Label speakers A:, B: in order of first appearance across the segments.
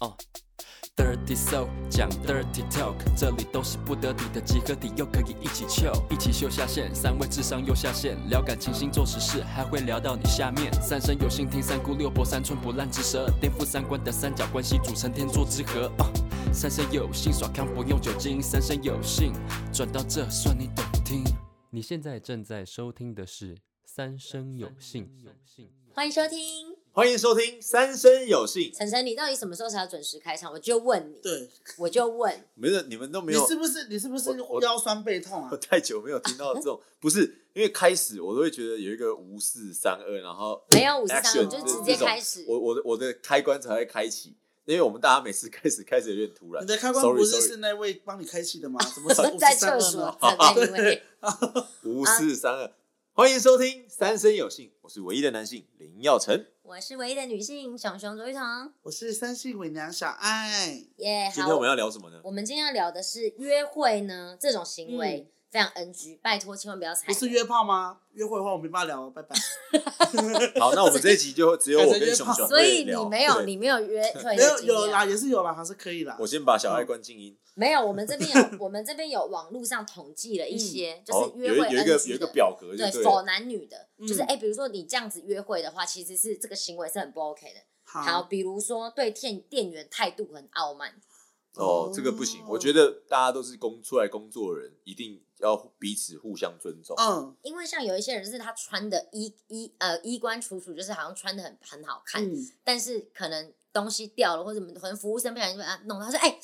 A: 哦、Dirty Soul 讲 Dirty Talk，这里都是不得体的集合体，又可以一起秀，一起秀下限，三位智商又下线，聊感情、星座、时事，还会聊到你下面。三生有幸听三姑六婆，三寸不烂之舌，颠覆三观的三角关系组成天作之合。哦、三生有幸耍康不用酒精，三生有幸转到这算你懂听。你现在正在收听的是《三生有幸》。
B: 欢迎收听
C: 欢迎收听《三生有幸》。
B: 晨晨，你到底什么时候才要准时开场？我就问你，
D: 对，
B: 我就 问，
C: 没有，你们都没
D: 你
C: 有，
D: 是不是你是不是
C: 我我
D: 腰酸背 痛啊
C: 我？ 太久没有听到这种， 不是因为开始我都会觉得有一个五四三二，然后
B: 没有五十三，
C: action，
B: 我就
C: 这
B: 直接
C: 这种
B: 开始。
C: 我我的我的开关才会开启，因为我们大家每次开始开始有点突然。
D: 你的开关
C: Sorry，
D: 不是
C: sorry
D: 是那位帮你开启的吗？怎么是
B: 啊在厕 所 等待你位，
C: 五四三二，欢迎收听《三生有幸》，我是唯一的男性林耀成。
B: 我是唯一的女性小熊卓玉彤，
D: 我是三姓伪娘小爱，
B: 耶、
C: 今
B: 好，
C: 天我们要聊什么呢？
B: 我们今天要聊的是约会呢，这种行为、非常 NG，拜托千万嗯不要踩
D: 不。是约炮吗？约会的话我没办法聊，拜拜。
C: 好，那我们这一集就只有我跟熊熊
B: 所
C: 会
B: 以你
C: 聊。
B: 没有，
C: 对
B: 你没有约会
D: 没
B: 的
D: 有
B: 经
D: 有啦，
B: 验，
D: 也是有啦，还是可以啦
C: 我。先把小爱关静音。
B: 没有。我们这边有， 我们这边有网络上统计了一些，就
C: 好，
B: 是
C: 哦有
B: 约
C: 一
B: 会
C: 有一个有
B: NG
C: 一个
B: 的。
C: 表格就
B: 对，
C: 对
B: 否
C: 了。
B: 男女的，就是
D: 嗯
B: 哎、比如说你这样子约会的话，其实是这个行为是很不 OK 的。好，
D: 好，
B: 比如说对店店员态度很傲慢，
C: 哦，这个不行，我觉得大家都是工出来工作的人，一定要彼此互相尊重。
D: 嗯
B: 因为像有一些人是他穿的衣衣呃衣冠楚楚，就是好像穿的很很好看，
D: 嗯，
B: 但是可能东西掉了或者什么，可能服务生不小心把它弄到，他说哎、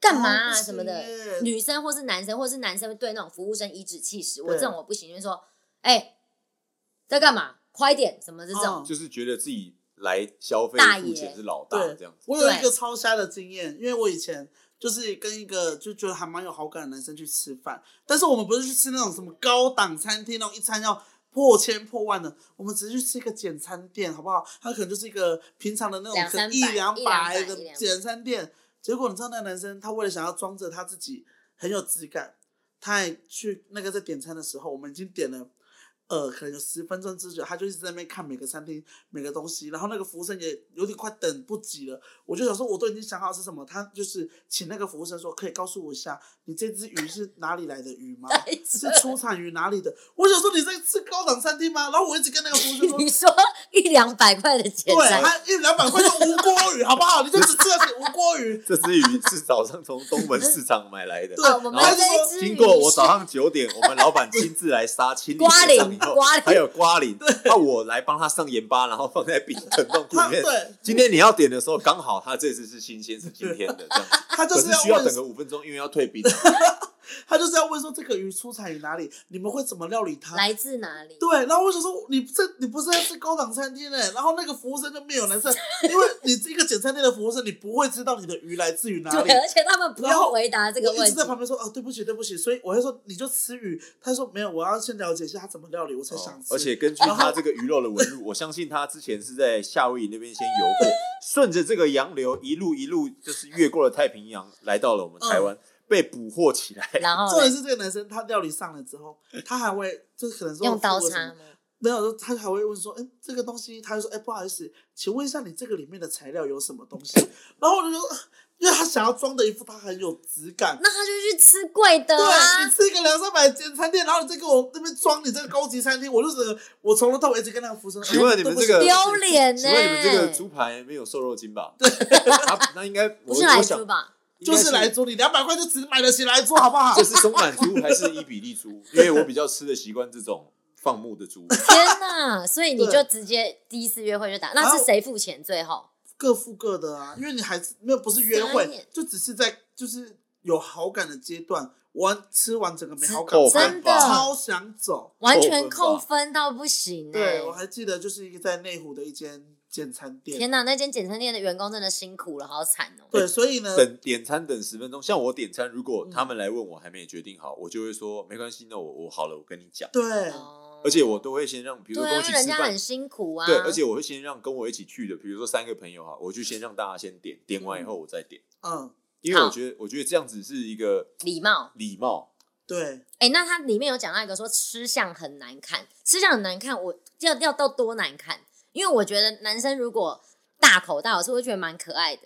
B: 干嘛、啊
D: 哦不
B: 什么的
D: 行耶，
B: 女生或是男生或是男生对那种服务生颐指气使，我
D: 对
B: 这种我不行，就是说哎、在干嘛，快点什么的这种，
D: 哦
C: 就是觉得自己来消费
B: 大爷
C: 付钱是老大
D: 对
C: 这样子。
D: 我有一个超瞎的经验，因为我以前就是跟一个就觉得还蛮有好感的男生去吃饭，但是我们不是去吃那种什么高档餐厅，那种一餐要破千破万的，我们只是去吃一个简餐店，好不好？它可能就是一个平常的那种
B: 两
D: 可能一
B: 三百
D: 两
B: 一两百
D: 的
B: 一两百
D: 简餐店。结果你知道那个男生，他为了想要装着他自己很有质感，他还去那个在点餐的时候，我们已经点了。呃，可能有十分钟之久，他就一直在那边看每个餐厅每个东西，然后那个服务生也有点快等不及了，我就想说我都已经想好是什么，他就是请那个服务生说，可以告诉我一下，你这只鱼是哪里来的鱼吗？是出产于哪里的？我想说你在吃高档餐厅吗？然后我一直跟那个服务生 说
B: 你，说一两百块的钱
D: 对，
B: 在
D: 他一两百块是无锅鱼，好不好？你就只吃了无锅鱼，
C: 这 只鱼是早上从东门市场买来的，
D: 对
B: 哦，我们
C: 然后
B: 这一只
C: 经
B: 鱼
C: 过我早
B: 是
C: 上九点，我们老板亲自来 杀青
B: 瓜
C: 结
B: 铃
C: 账以后
B: 瓜铃
C: 还有瓜铃，那我来帮他上盐巴，然后放在冰冷冻 库
D: 他
C: 里面。
D: 啊 对
C: 今天你要点的时候，刚好他这次是新鲜，是今天的这样子。
D: 他 就
C: 可
D: 是
C: 是需要
D: 要
C: 等
D: 问
C: 个五分钟，因为要退冰。
D: 他就是要问说这个鱼出产于哪里，你们会怎么料理它？
B: 来自哪里？
D: 对，然后我想说，你这你不是在吃高档餐厅嘞、欸然后那个服务生就面有难色，因为你一个简餐店的服务生，你不会知道你的鱼来自于哪里
B: 对，。而且他们不用回答这个
D: 我一
B: 问
D: 直
B: 题
D: 在。旁边说哦，对不起，对不起，所以我会说你就吃鱼。他说没有，我要先了解一下他怎么料理，我才想吃。
C: 哦而且根据他这个鱼肉的纹路，我相信他之前是在夏威夷那边先游过，顺着这个洋流一路一路就是越过了太平洋，来到了我们台湾，
D: 嗯
C: 被捕获起来。
B: 然后
D: 重点
B: 嘞
D: 是这个男生他料理上了之后，他还会就是可能说
B: 用刀
D: 付我什
B: 叉
D: 么
B: 吗？
D: 没有，他还会问说，哎，这个东西，他就说，哎，不好意思，请问一下你这个里面的材料有什么东西？ 然后我就说，因为他想要装的一副他很有质感，
B: 那他就去吃贵的
D: 对你
B: 啊。
D: 吃一个两三百间餐店，然后你再给我那边装你这个高级餐厅，我就觉得我从头到尾一直跟那个服务生。哎
C: 请问你们这个
D: 对不起
B: 丢脸呢
C: 请问你们这个猪排没有瘦肉精吧？对，那应 该
B: 不
C: 我
B: 是来
C: 我
B: 猪
C: 想
B: 吧？
C: 应
D: 就
C: 该
D: 是来猪，你两百块就只买得起来猪，好不好
C: 这？是松板猪还是伊比利猪？因为我比较吃的习惯这种放牧的猪。
B: 天哪！所以你
D: 对
B: 就直接第一次约会就打，那是谁付钱？最后
D: 各付各的啊，因为你还是没有不是约
B: 傻眼
D: 会，就只是在就是有好感的阶段，完吃完整个没好感
C: 吃，
D: 我还
B: 真的
D: 超想走。
B: 完全扣分到不行哎
D: 对，！我还记得就是一个在内湖的一间简餐店，
B: 天哪，那间简餐店的员工真的辛苦了，好惨哦。
D: 对，所以呢，
C: 等点餐等十分钟，像我点餐，如
D: 嗯
C: 果他们来问我还没决定好，我就会说没关系，那我我好了，我跟你讲。
D: 对，
B: 哦
C: 而且我都会先让，比如
B: 对
C: 说
B: 啊，因为
C: 跟我一起
B: 人
C: 吃
B: 家
C: 饭
B: 很，辛苦啊。
C: 对，而且我会先让跟我一起去的，比如说三个朋友哈，我就先让大家先点，点完以后我再点，
D: 嗯，
C: 因为我
B: 好
C: 觉得我觉得这样子是一个
B: 礼貌。
C: 礼貌。
D: 对，
B: 哎，那它里面有讲到一个说吃相很难看，吃相很难看，我要要到多难看？因为我觉得男生如果大口大口吃，我会觉得蛮可爱的。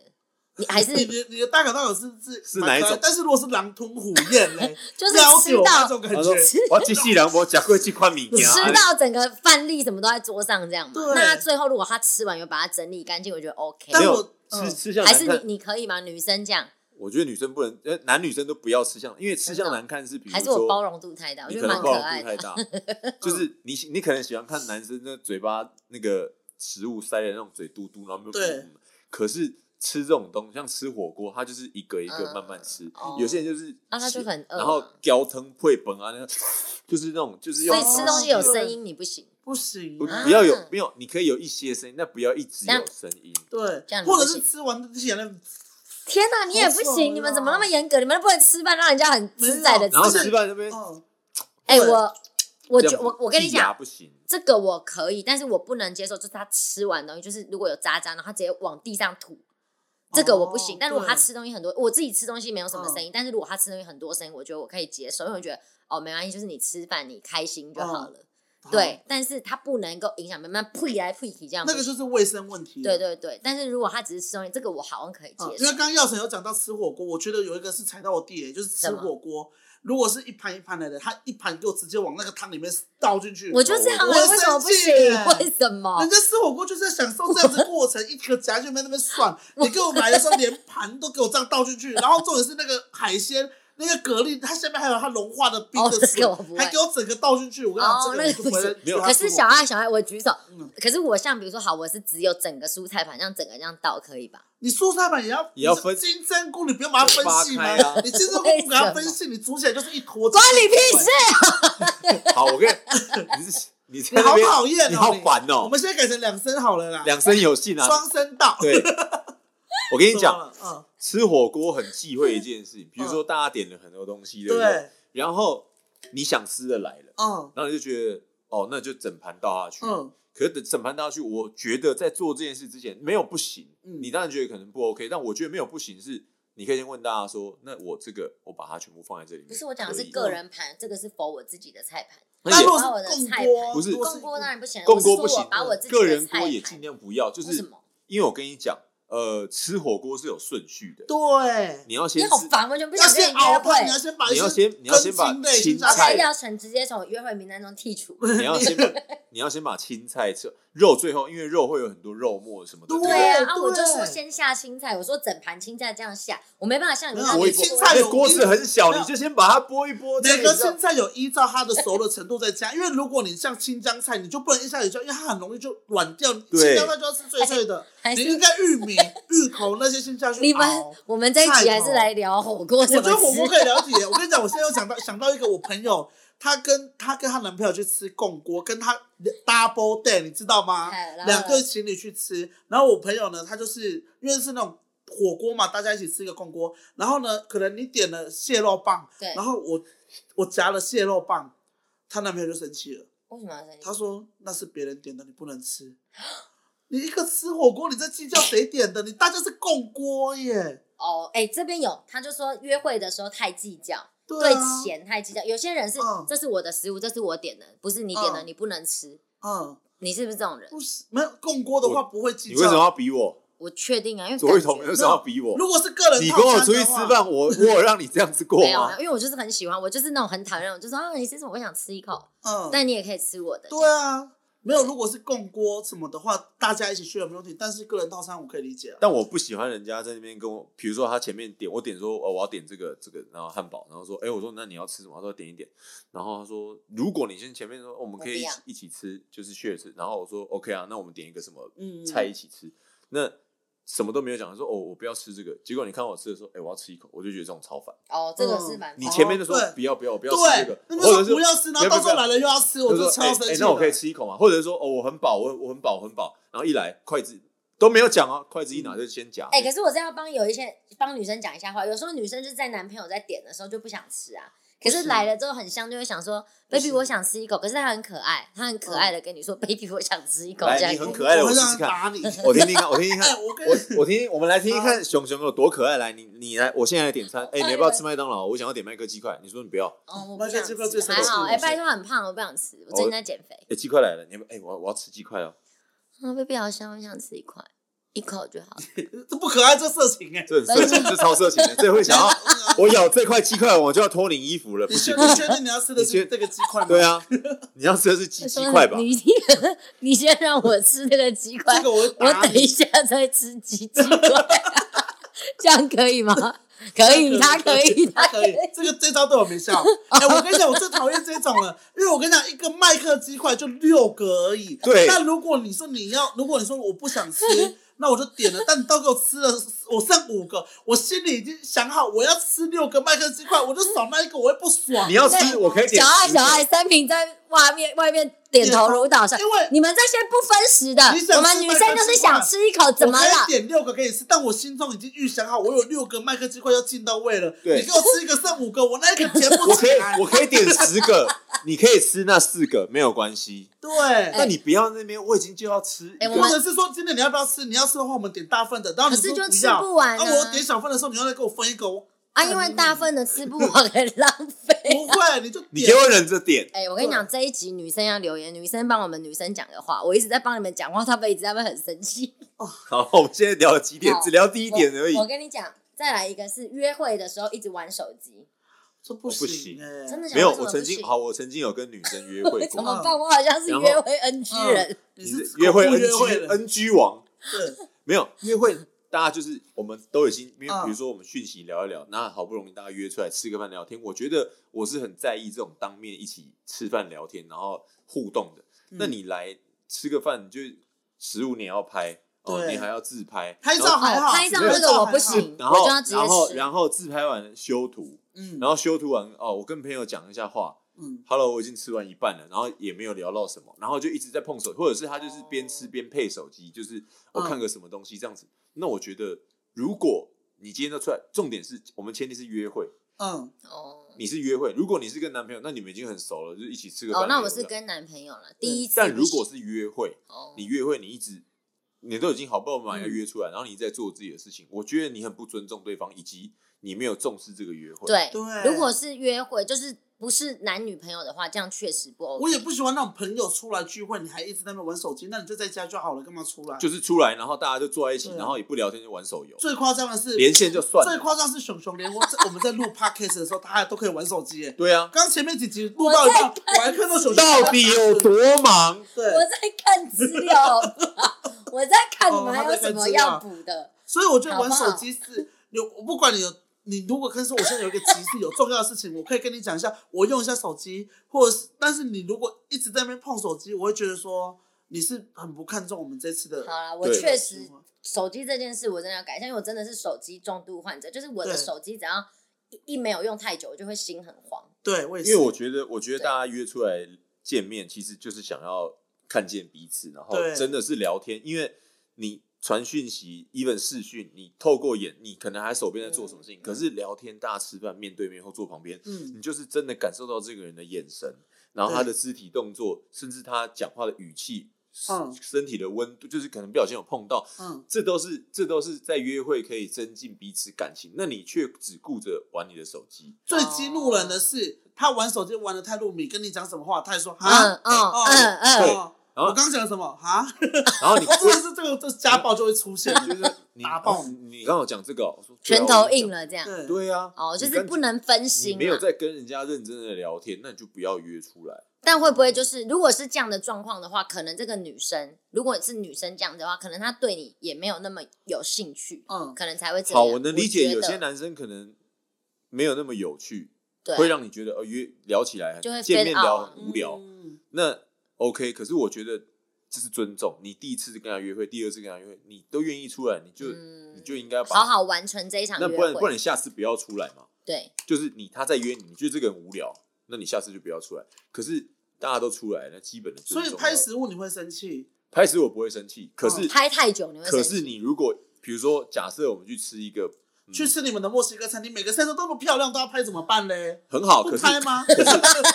B: 你还 是
D: 你你你的大口大口是是
C: 是哪一种
D: 蛮可爱但是如果是狼吞虎咽 嘞，
B: 就是
D: 撩
B: 吃
D: 酒那
B: 到
D: 种感
C: 他
D: 觉
C: 说，我要去细粮，我讲过去宽米家，
B: 吃到整个饭粒什么都在桌上这样嘛
D: 对。
B: 那最后如果他吃完有把它整理干净，我觉得 OK。
D: 但
C: 没有
D: 我嗯
C: 吃吃相
B: 还
C: 难
B: 是
C: 看。
B: 你你可以吗？女生这样，
C: 我觉得女生不能，呃，男女生都不要吃相，因为吃相难看是比如
B: 还是我
C: 说
B: 包容度太大，我
C: 你
B: 觉
C: 可
B: 得蛮
C: 能
B: 可
C: 包容
B: 爱
C: 度太
B: 的。
C: 大， 就是你喜你可能喜欢看男生那嘴巴那个食物塞的那种嘴嘟嘟，然后没有
D: 对
C: 可是吃这种东西，像吃火锅，它就是一个一个慢慢吃。
B: 哦
C: 有些人就是
B: 啊他就很饿
C: 然后浇汤配本啊，那个就是那种就是要
B: 所以吃东西有声音你不行，
D: 不行
C: 不
D: 啊
C: 不要有没有，你可以有一些声音，但不要一直
B: 这样
C: 有声音。
B: 这
D: 对，
B: 样
D: 或者
B: 不
D: 是
B: 行
D: 吃完之前那
B: 天哪，你也不
D: 好爽啊
B: 行！你们怎么那么严格？你们都不能吃饭，让人家很自在的吃
C: 然后
D: 就。是
C: 吃饭这边，
D: 哦，
B: 哎，
D: 对
B: 我我
C: 这
B: 觉
C: 样子
B: 我我跟你
C: 剔牙
B: 讲，
C: 不行，
B: 这个我可以，但是我不能接受，就是他吃完东西，就是如果有渣渣，然后他直接往地上吐，这个我不行。
D: 哦
B: 但如果他
D: 对嗯
B: 吃东西很多，我自己吃东西没有什么声音，但是如果他吃东西很多声音，我觉得我可以接受，因为我觉得哦没关系，就是你吃饭你开心就
D: 嗯
B: 好了。对，但是他不能够影响别人，那呸来呸去这样不
D: 好，那
B: 行。
D: 个就是卫生问题。
B: 对对对，但是如果他只是吃东西，这个我好像可以
D: 啊，
B: 接
D: 因
B: 受
D: 为刚。刚耀成有讲到吃火锅，我觉得有一个是踩到我地雷，就是吃火锅。如果是一盘一盘来的，他一盘给我直接往那个汤里面倒进去，
B: 我就这样啊，
D: 我会
B: 为什么不
D: 生气
B: 行
D: 耶？
B: 为什么
D: 人？家吃火锅就是在享受这样子过程，一颗夹就没那 边涮。你给我买的时候，连盘都给我这样倒进去，然后重点是那个海鲜。那个蛤蜊，它下面还有它融化的冰
B: 哦
D: 的
B: 这
D: 水，
B: 个我不会
D: 还给我整个倒进去。我跟你讲，
B: 哦，
D: 这个
B: 那
D: 我
B: 个
D: 就
B: 不
D: 回来
B: 行。
D: 没有。
B: 可是小爱小爱，我举手
D: 嗯。
B: 可是我像比如说，好，我是只有整个蔬菜盘，让整个这样倒可以吧？
D: 你蔬菜盘也要
C: 也要分
D: 你是金针菇，你不用把它分细吗
C: 扒开啊？
D: 你金针菇不给它分细，你煮起来就是一坨。
B: 关你屁事！
C: 好，我跟你 你是你在
D: 你
C: 那
D: 好
C: 边，
D: 讨厌哦！
C: 你好烦
D: 我
C: 哦，
D: 们现在改成两声好了啦，
C: 两声有信啊，
D: 双声 道。
C: 对，我跟你
D: 怎么
C: 讲，
D: 了，嗯，
C: 吃火锅很忌讳一件事情，比如说大家点了很多东西，对不对？
D: 对，
C: 然后你想吃的来了，
D: 嗯
C: 然后你就觉得哦，那就整盘倒下去。
D: 嗯，
C: 可是等整盘倒下去，我觉得在做这件事之前没有不行，
D: 嗯
C: 你当然觉得可能不 OK，但我觉得没有不行是，你可以先问大家说，那我这个我把它全部放在这里面，
B: 不是，我讲的是
C: 可以
B: 个人盘，这个是否我自己的菜盘。
C: 而
D: 那
C: 且
D: 如果
B: 把我的
D: 是
B: 菜盘
D: 共锅，
C: 不是
D: 如果
B: 公锅当然不行，
C: 共
B: 我
C: 锅
B: 是
C: 不
B: 说我
C: 行
B: 把我自己的
C: 个人
B: 菜
C: 锅也
B: 盘
C: 尽量不要，就
B: 为什
C: 是
B: 么？
C: 因为我跟你讲，呃，吃火锅是有顺序的，
D: 对，
C: 你要先
B: 你好
C: 吃
B: 烦，完全不
D: 要
B: 想跟
D: 先
B: 你约
D: 熬它，
B: 会
D: 你。要先把
C: 你要
D: 一些
C: 先你要先把
D: 根茎类
C: 青
D: 先
B: 我
D: 加
B: 现在
C: 菜
B: 一定，要成直接从约会名单中剔除。
C: 你要先你要先把青菜吃肉，最后因为肉会有很多肉末什么的，
D: 对
B: 对啊，啊
D: 对
B: 我就说先下青菜，我说整盘青菜这样下，我没办法像你
D: 没有啊
B: 那样
C: 剥
D: 我
C: 一
D: 也
B: 子
C: 剥，
D: 青菜
C: 那
D: 有
C: 锅子很小，
D: 没有
C: 你就先把它剥一剥，这样
D: 每
C: 你
D: 个
C: 知道
D: 青菜有依照它的熟的程度在加，因为如果你像青江菜，你就不能一下子就，因为它很容易就软掉。青
C: 对
D: 江菜就要吃脆脆的，
B: 还
D: 你
B: 是
D: 应该玉 米、芋头那些先下去
B: 你们
D: 熬。
B: 我们这一集还是来聊火 锅
D: 我
B: 怎
D: 觉得火
B: 么
D: 锅
B: 吃。
D: 可以了解。我跟你讲，我现在又想到想到一个我朋友，她跟她跟她男朋友去吃共锅，跟她 double day，你知道吗
B: 哎然后呢？
D: 两对情侣去吃，然后我朋友呢，他就是因为是那种。火锅嘛，大家一起吃一个共锅，然后呢，可能你点了蟹肉棒，
B: 对
D: 然后我我夹了蟹肉棒，她男朋友就生气了，
B: 为什么要生气
D: 他？说那是别人点的，你不能吃。你一个吃火锅，你在计较谁点的？你大家是共锅耶，
B: 哦，哎，这边有，他就说约会的时候太计较，
D: 对
B: 对
D: 啊，
B: 钱太计较。有些人是
D: 嗯
B: 这是我的食物，这是我点的，不是你点的，
D: 嗯
B: 你不能吃。
D: 嗯，
B: 你是不是这种人？
D: 不是没有共锅的话不会计较。
C: 你为什么要逼我？
B: 我确定啊，因为
C: 左一
B: 感觉
C: 彤为什么要逼我？
D: 如果是个人，
C: 你跟我出去
D: 啊
C: 吃，饭，我我有让你这样子过
B: 没有，啊没
C: 吗
B: 有？因为我就是很喜欢，我就是那种很讨厌那种，就是啊，你吃什么我想吃一口，
D: 嗯，
B: 但你也可以吃我的。
D: 对啊，没有。如果是共锅什么的话，大家一起去也没问题。但是个人套餐我可以理解啊。
C: 但我不喜欢人家在那边跟我，比如说他前面点我点说，哦，我要点这个这个，然后汉堡，然后说，哎，我说那你要吃什么？他说点一点，然后他说，如果你先前面说哦我们可以
B: 我
C: 一
B: 不要
C: 起一起吃，就是 share 吃，然后我说 OK 啊，那我们点一个什么
D: 嗯
C: 菜一起吃，那什么都没有讲，说哦我不要吃这个，结果你看我吃的时候，哎我要吃一口，我就觉得这种超烦。
B: 哦，这个是蛮
C: 你前面就说
D: 哦对
C: 不要不要我不要吃这
D: 对
C: 个，，
D: 那
C: 或者
D: 就是说不要吃，然后到时候来了又要吃，我
C: 就
D: 就
C: 说
D: 超生
C: 哎、
D: 气
C: 欸
D: 的。
C: 那我可以吃一口吗？或者说哦，我很饱，我我很饱，我很饱。然后一来筷子都没有讲啊，筷子一
D: 嗯
C: 拿就先夹。
B: 哎、可是我这样帮有一些帮女生讲一下话，有时候女生就是在男朋友在点的时候就不想吃啊，可是
D: 是
B: 来了之后很香，就会想说
D: 不是
B: ，baby 我想吃一口，可是他很可爱，他很可爱的跟你说、baby 我想吃一口
C: 来
B: 这样
C: 你
B: 子，
C: 很可爱的我
D: 我会
C: 试
D: 让
C: 试
D: 人
C: 看
D: 打你。
C: 我听听 看，我听听
D: 哎，
C: 看，
D: 我跟
C: 我我听，我们来听听看
D: 啊
C: 熊熊有多可爱。来，你你来，我现在来点餐。哎、
B: 哎
C: 你要不要吃麦当劳？我想要点麦克鸡块。你说你不要。
B: 哦我
D: 麦
B: 不
D: 克
B: 想
D: 鸡块最
B: 吃，
D: 生
B: 还
D: 气
B: 好
D: 的
B: 哎、
D: 是
B: 拜托很胖，我不想吃，我最近在减肥
C: 哎、，鸡块来了，你要不哎、我要我要吃鸡块哦。
B: 啊、b a b y 好香，我想吃一块，一口就好。
D: 这不可爱，这色情哎、
C: 这很色情，这超色情的，这会想要我咬这块鸡块，我就要脱你衣服了，不
D: 你确
C: 行。
D: 你确定你要吃的
C: 你确
D: 是这个鸡块吗？
C: 对，啊，你要吃的是鸡鸡块吧？
B: 你先 你先让我吃那个鸡块，
D: 这个我会
B: 我
D: 打
B: 等一
D: 你。
B: 下再吃鸡鸡块， 这样可以吗？可以，哎他可以，
D: 他
B: 他
D: 可以，这个这招对我没效。哎、我跟你讲，我最讨厌这种了，因为我跟你讲，一个麦克鸡块就六个而已。
C: 对
D: 那如果你说你要，如果你说我不想吃，那我就点了，但你都给我吃了，我剩五个，我心里已经想好，我要吃六个麦克鸡块，我就少那一个，我会 不爽。
C: 你要吃，
B: 对
C: 我可以点
B: 小爱
C: 十
B: 小
C: 个。
B: 爱三平在外面外面点头如捣蒜，
D: 因为
B: 你们这些不分食的
D: 哎你想，吃
B: 我们女生就是想吃一口，怎么
D: 我
B: 了
D: 可以？点六个可以吃，但我心中已经预想好，我有六个麦克鸡块要进到胃了。
C: 对
D: 你给我吃一个剩五个，我那一个填不
C: 我可
D: 起
C: 以
D: 来。，
C: 我可以点十个，你可以吃那四个，没有关系。
D: 对，
C: 那你不要那边，我已经就要吃一
B: 哎我
C: 个
B: 们
D: 或者是说今天你要不要吃？你要吃的话，我们点大份的。然后你
B: 可是
D: 说
B: 就吃
D: 要
B: 不完啊
D: 啊！我点小份的时候，你要再给我分一个，我
B: 啊，因为大份的吃不完，很浪费。
D: 不会，你就 点
C: 你给我忍着点。
B: 哎、我跟你讲，这一集女生要留言，女生帮我们女生讲个话。我一直在帮你们讲话，他们一直在那边很生气。
C: 好，我们现在聊了几点
B: 好，
C: 只聊第一点而已
B: 我。我跟你讲，再来一个是约会的时候一直玩手机，
D: 这不
C: 不行
D: 行哎，
B: 真的想
C: 没有，
B: 为什么
C: 我曾
B: 不
C: 经
B: 行
C: 好，我曾经有跟女生约会
B: 怎
C: 过，
B: 么办？我好像是
C: 然后嗯
B: 约会 NG 人。
D: 你是
C: 约会
D: 恐怖约会
C: NG
D: 了，
C: NG 王，
D: 对，
C: 没有约会，大家就是我们都已经，因为
D: 嗯
C: 比如说我们讯息聊一聊，那好不容易大家约出来吃个饭聊天，我觉得我是很在意这种当面一起吃饭聊天，然后互动的。
B: 嗯
C: 那你来吃个饭，你就食物你要拍，哦，
D: 对
C: 你还要自拍，
D: 拍
C: 然
D: 照
C: 后
D: 还好，
B: 哦拍照
C: 那
B: 个我不
D: 拍照还
B: 行
D: 好
C: 然
B: 我
C: 后
B: 就要直接
C: 然后
B: 吃
C: 然后自拍完修图，
D: 嗯，
C: 然后修图完哦，我跟朋友讲一下话，
D: 嗯，
C: Hello，我已经吃完一半了，然后也没有聊到什么，然后就一直在碰手，或者是他就是
B: 哦
C: 边吃边配手机，就是我、哦
D: 嗯
C: 看个什么东西这样子。那我觉得，如果你今天都出来，重点是我们前提是约会，
D: 嗯，
B: 哦
C: 你是约会。如果你是跟男朋友，那你们已经很熟了，就一起吃个饭。
B: 哦，那我
C: 聊
B: 是
C: 聊
B: 跟男朋友了，第一次不行。
C: 但如果是约会，
B: 哦
C: 你约会你一直你都已经好不容易把人家
D: 嗯
C: 约出来，然后你再做自己的事情，我觉得你很不尊重对方，以及你没有重视这个约会。，
B: 对
D: 对
B: 如果是约会，就是不是男女朋友的话，这样确实不 OK。
D: 我也不喜欢那种朋友出来聚会，你还一直在那边玩手机，那你就在家就好了，干嘛出来？
C: 就是出来，然后大家就坐在一起，
D: 对啊
C: 然后也不聊天，就玩手游，
D: 最夸张的是，
C: 连线就算
D: 最
C: 了。
D: 夸张是熊熊连我在我们在录 podcast 的时候，他还都可以玩手机耶。
C: 对啊，
D: 刚前面几集录到一半，我还看到熊熊
C: 到底有多忙？
B: 我
D: 对，
B: 在看资料， 我在看你们
D: 哦
B: 还有什么要补的。
D: 所以我觉得玩手机是有，我不管你有。你如果跟说我现在有一个急事，有重要的事情，我可以跟你讲一下，我用一下手机，或者是，但是你如果一直在那边碰手机，我会觉得说你是很不看重我们这次的。
B: 好啦，我
C: 对
B: 确实手机这件事我真的要改善，因为我真的是手机重度患者，就是我的
D: 对
B: 手机只要一一没有用太久，我就会心很慌。
D: 对，我也
C: 因
D: 是，
C: 为我觉得，我觉得
B: 对
C: 大家约出来见面，其实就是想要看见彼此，然后
D: 对
C: 真的是聊天。因为你传讯息，even 视讯，你透过眼，你可能还手边在做什么事情，可是聊天，大家吃饭，面对面或坐旁边，
D: 嗯，
C: 你就是真的感受到这个人的眼神，然后他的肢体动作，甚至他讲话的语气。
D: 嗯
C: 身体的温度，就是可能不小心有碰到，
D: 嗯，
C: 这都是这都是在约会可以增进彼此感情，那你却只顾着玩你的手机，
D: 最激怒人的是他玩手机玩的太入迷，跟你讲什么话，他也说
B: 哦嗯
C: 啊
D: 哈，
B: 嗯
D: 哦
B: 嗯嗯，
C: 对
D: 哦
C: 然后
D: 我刚讲了什么哈，
C: 然后你
D: 真的是这个这家暴就会出现，
C: 就是你
D: 打爆
C: 哦你刚好讲这个哦，我说
B: 拳头硬。了这样。
D: 对
C: 对啊我
B: 哦，就
C: 跟你讲，对啊，
B: 是不能分
C: 你
B: 心、
C: 没有
B: 啊。
C: 在跟人家认真的聊天，那你就不要约出来。
B: 但会不会就是，如果是这样的状况的话，可能这个女生，如果是女生这样的话，可能她对你也没有那么有兴趣，
D: 嗯，
B: 可能才会这样。
C: 好，我能理解
B: 觉
C: 有
B: 得
C: 些男生可能没有那么有趣，
B: 对
C: 会让你觉得呃约聊起来很
B: 就会哦
C: 见
B: fade
C: 面聊
B: out
C: 很无聊。
D: 嗯
C: 那 OK，可是我觉得这是尊重。你第一次跟他约会，第二次跟他约会，你都愿意出来，你就
B: 嗯
C: 你就应该要
B: 好
C: 把
B: 好完成这一场
C: 那
B: 约
C: 不然不然
B: 会。
C: 你下次不要出来嘛。
B: 对，
C: 就是你他在约你，你觉得这个人无聊，那你下次就不要出来。可是大家都出来，那基本的尊
D: 所
C: 重
D: 以拍食物你会生气，
C: 拍死我不会生气，可是、
B: 哦拍太久你会
C: 可
B: 生
C: 是
B: 气。
C: 你如果比如说假设我们去吃一个
D: 去吃你们的墨西哥餐厅，每个餐桌都那么漂亮，都要拍怎么办嘞？
C: 很好，
D: 不
C: 啊 可是
D: 拍吗？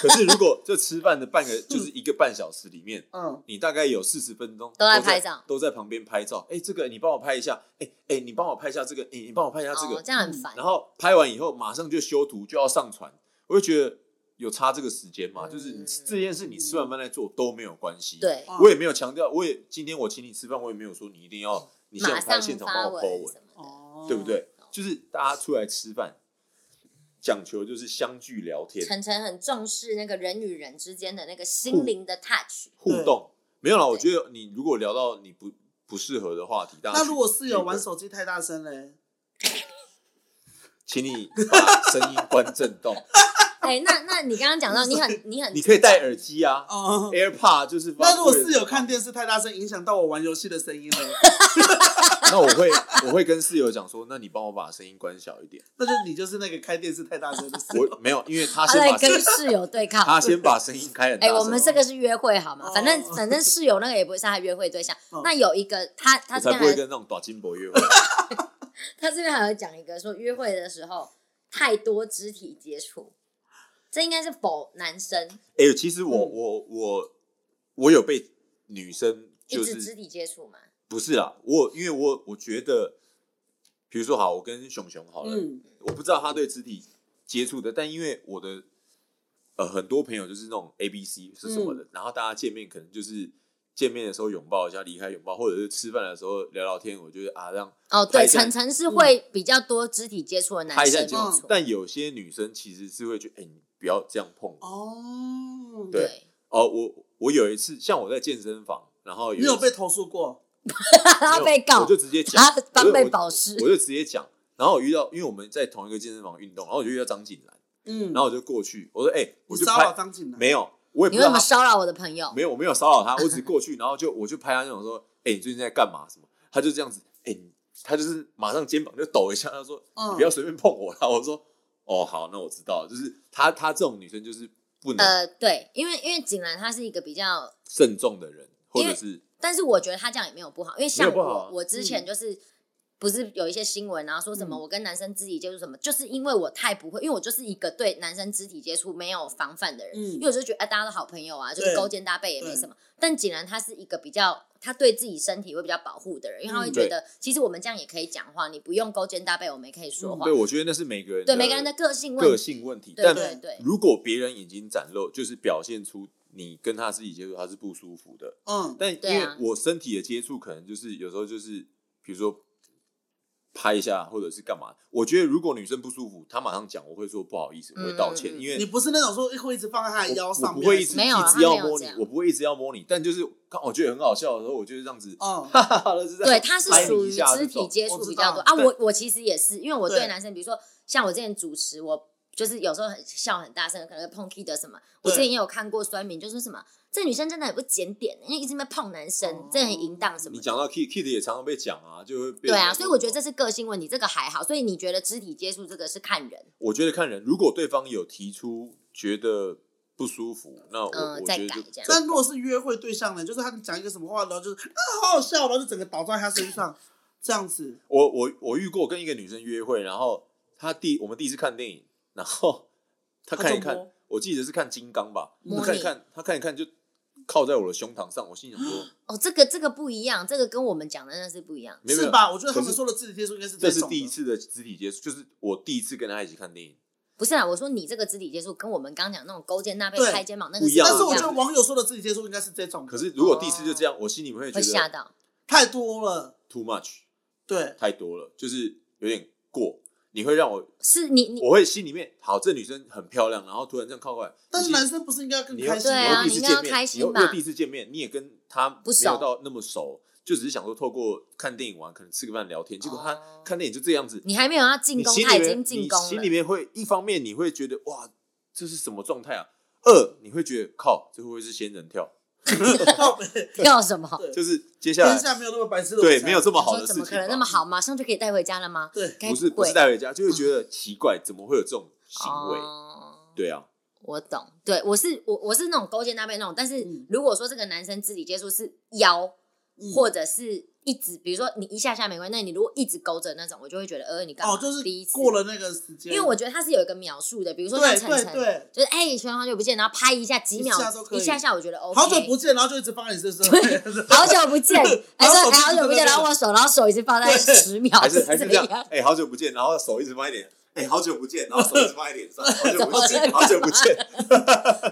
C: 可是如果这吃饭的半个就是一个半小时里面。
D: 嗯，
C: 你大概有四十分钟
B: 都在
C: 在
B: 拍照
C: 都在旁边拍照。哎、这个你帮我拍一下，哎、哎、你帮我拍一下这个，哎、你帮我拍一下这个。嗯
B: 哦，这样很烦。
C: 然后拍完以后马上就修图，就要上传，我就觉得有差这个时间嘛，
B: 嗯
C: 就是你这件事你吃完饭再做都没有关系。，
B: 对，
D: 嗯
C: 我也没有强调，我也今天我请你吃饭，我也没有说你一定要你现
B: 马
C: 场拍
B: 上
C: 现场
B: 发
C: 帮我 po
B: 文
C: 文
B: 什，么
D: 哦，
C: 对不？对？就是大家出来吃饭，讲求就是相聚聊
B: 的。
C: 天
B: 晨晨很重视那个人与人之间的那个心灵的 touch，
C: 互动。没有啦，我觉得你如果聊到你不不适合的话题，大家
D: 那如果
C: 去
D: 室友玩
C: 聚会，
D: 手机太大声嘞，
C: 请你把声音关 震动，
B: 哎，那那你刚刚讲到你 很你很
C: 你可以戴耳机啊
D: 哦。
C: ，AirPod 就是。
D: 那如果室友看，电视太大声，影响到我玩游戏的声音 嘞，
C: 那我会我会跟室友讲说，那你帮我把声音关小一点。
D: 那就你就是那个开电视太大声的室友。
C: 我没有，因为他
B: 他
C: 先
B: 在
C: 把声
B: 跟室友对抗。
C: 他先把声音开很大
B: 哎、
C: 声。
B: 我们这个是约会好吗？反正
D: 哦
B: 反正室友那个也不会是他约会对象。
D: 哦
B: 那有一个他他
C: 我
B: 这边
C: 才不会
B: 还
C: 跟那种短金箔约会。
B: 他这边还有讲一个说约会的时候太多肢体接触，这应该是否男生
C: 哎、其实我、
D: 嗯
C: 我我我有被女生
B: 一
C: 就
B: 直肢
C: 是
B: 体接触嘛？
C: 不是啦，我因为我我觉得，比如说好，我跟熊熊好了，
D: 嗯，
C: 我不知道他对肢体接触的，但因为我的呃很多朋友就是那种 A B C 是什么
B: 嗯
C: 的，然后大家见面可能就是见面的时候拥抱一下，离开拥抱，或者是吃饭的时候聊聊天，我觉得啊让
B: 哦，对，
C: 拍一下
B: 晨晨是会比较多肢体接触的
C: 拍
B: 男
C: 一下
B: 生，哦
C: 肩
B: 没
C: 膀
B: 错。
C: 但有些女生其实是会觉得，哎、你不要这样碰我。
D: 哦，
C: 对哦、我我有一次，像我在健身房，然后
D: 你
C: 一次
D: 有被投诉过？
B: 他被告
C: 我就直接讲
B: 他，翻倍
C: 我就
B: 保释
C: 我，就直接讲。然后我遇到，因为我们在同一个健身房运动，然后我就遇到张景兰，
D: 嗯，
C: 然后我就过去，我说：“哎、我
D: 你
C: 就
D: 骚扰
C: 拍
D: 张景南，
C: 没有，我也不
B: 你
C: 知
B: 为
C: 道
B: 什么
C: 他
B: 骚扰我的朋友？
C: 没有，我没有骚扰他，我只过去，然后就我就拍他那种说：‘哎、你最近在干嘛？’什么？他就这样子，哎、你他就是马上肩膀就抖一下，他说：‘
D: 嗯
C: 你不要随便碰我啦。’我说：‘哦，好，那我知道了。’就是他，他这种女生就是不能
B: 呃，对，因为因为景兰她是一个比较
C: 慎重的人，或
B: 因
C: 者
B: 为
C: 是
B: 但是我觉得他这样也没有不好，因为
C: 没
B: 像
C: 有不好
B: 我
C: 啊，
B: 我之前就是、不是有一些新闻，然后说什么
D: 嗯
B: 我跟男生肢体接触什么，就是因为我太不会，因为我就是一个对男生肢体接触没有防范的人，
D: 嗯
B: 因为我就觉得哎、大家都好朋友啊，就是
D: 对
B: 勾肩搭背也没什么。但井然他是一个比较。他对自己身体会比较保护的人，因为他会
D: 嗯
B: 觉得，其实我们这样也可以讲话，你不用勾肩搭背，我们也可以说
D: 嗯
B: 话。
C: 对，我觉得那是每个人
B: 对每个人的个性问
C: 个
B: 题，
C: 性问题。
B: 对对
C: 但
B: 对
C: 如果别人已经展露，就是表现出你跟他肢体接触，他是不舒服的。
D: 嗯，
C: 但因
B: 对
C: 为
B: 啊
C: 我身体的接触，可能就是有时候就是，比如说拍一下，或者是干嘛。我觉得如果女生不舒服，她马上讲，我会说不好意思，我会道歉，
B: 嗯
C: 因
D: 你
C: 为
D: 不是那种说会一直放在他的腰
C: 我
D: 上
C: 我不
D: 面，
C: 会一直
B: 没有啊
C: 一
B: 她
C: 直
B: 没有
C: 要摸
B: 这
C: 你
B: 样，
C: 我不会一直要摸你，但就是看我觉得很好笑的时候，我就是这 样 子，
D: 嗯
C: 哈哈哈，就是在
B: 对，他是
C: 拍你
B: 属
C: 一
B: 于
C: 下这
B: 肢体
C: 种
B: 接触
D: 我知
B: 比较多
D: 道
B: 啊。
C: 对
B: 我我其实也是，因为我对
D: 对
B: 男生，比如说像我之前主持，我就是有时候很笑很大声，可能会碰 key 的什么。我
D: 对
B: 之前也有看过酸民，就说什么这女生真的很不检点，欸因为一直在碰男生
D: 哦，
B: 这很淫荡什么
C: 你
B: 的。
C: 讲到 Kid Kid 也常常被讲啊，就会被
B: 对啊，
C: 人家
B: 所以我觉得
C: 说
B: 这是个性问题，这个还好。所以你觉得肢体接触这个是看人，
C: 我觉得看人，如果对方有提出觉得不舒服，那我、
B: 嗯
C: 我
B: 再
C: 觉得
B: 改
C: 就
B: 这样
D: 但如果是约会对象呢，就是他讲一个什么话，然后就是啊，好好笑，然后就整个倒在他身上，这样子，
C: 我我我遇过跟一个女生约会，然后她第我们第一次看电影，然后她看一
D: 她就
C: 看
D: 摸，
C: 我记得是看《金刚》吧，
B: 摸
C: 她看一看，她看一看就靠在我的胸膛上，我心想说
B: 哦，这个这个不一样，这个跟我们讲的那是不一样。
C: 没有没
D: 是
C: 有，
D: 吧？我觉得他
C: 可
D: 们
C: 是
D: 说的肢体接触应该是
C: 这
D: 种
C: 是
D: 的
C: 第一，次的肢体接触，就是我第一次跟她一起看电影，
B: 不是啊，我说你这个肢体接触跟我们刚讲那种勾肩搭背、
D: 对
B: 拍肩膀那
C: 不
B: 个
C: 一
B: 是
C: 样
D: 但
B: 不
D: 是
B: 一
D: 我觉得
B: 样，
D: 网友说的肢体接触应该是这种的，
C: 可是如果第一次就这样，我心里面会觉
B: 会吓
C: 得
B: 到。
D: 太多了，
C: too much
D: 对，
C: 太多了，就是有点过，你会让我
B: 是你你
C: 我会心里面好，这女生很漂亮，然后突然这样靠过来，
D: 但是
C: 你心
D: 男生不是应该更
C: 你又
D: 开心
B: 对
D: 吗
B: 啊？
C: 你又第
B: 你应该要
C: 一次见
B: 开
C: 面，
B: 心
C: 你又
B: 吧
C: 又第一次见面，你也跟他没
B: 熟
C: 有到那么熟，就只是想说透过看电影玩，可能吃个饭聊天，结果他
B: 哦
C: 看电影就这样子，
B: 你还没有要进
C: 你
B: 攻，
C: 心
B: 他
C: 里
B: 已
C: 面
B: 经进攻
C: 你心
B: 了
C: 里。面会一方面你会觉得哇，这是什么状态啊？二你会觉得靠，这会不会是仙人跳？
D: 靠北
B: 要什么？
D: 对
C: 就是接下
D: 天
C: 来
D: 下没有那么白痴的午餐，
C: 对没有这么
B: 我
C: 好
B: 说
C: 的事
B: 怎
C: 情
B: 么
C: 吧，
B: 可能那么好？马上就可以带回家了吗？
D: 对，
B: 该
C: 不是不
B: 会
C: 是带回家，就会觉得奇怪，怎么会有这种行为？
B: 哦
C: 对啊，
B: 我懂，对我是我我是那种勾肩搭背那种，但是
D: 嗯
B: 如果说这个男生肢体接触是腰，
D: 嗯
B: 或者是一直，比如说你一下下没关系，那你如果一直勾着那种，我就会觉得呃你干嘛？
D: 哦，就是
B: 第一次
D: 过，了那个时间，
B: 因为我觉得他是有一个描述的，比如说像
D: 对
B: 晨
D: 对
B: 晨，
D: 对，
B: 就是哎全好久不见，然后拍一下几秒
D: 一下都可以
B: 一下下，我觉得 OK，
D: 好久不见，然后就一直放在你身上，对
B: 好久不 见，哎
D: 然后
B: 说
D: 手
B: 哎
D: 机
B: 好久不见，
D: 就在那边
B: 然后握手，然后手一直放在
D: 对
B: 十秒，
C: 还是
B: 这
C: 还是这样
B: 样，
C: 哎，好久不见，然后手一直放一点，哎、好久不见，然后手机放在 脸上，好久
B: 怎
C: 不
B: 么
C: 见，好久不见，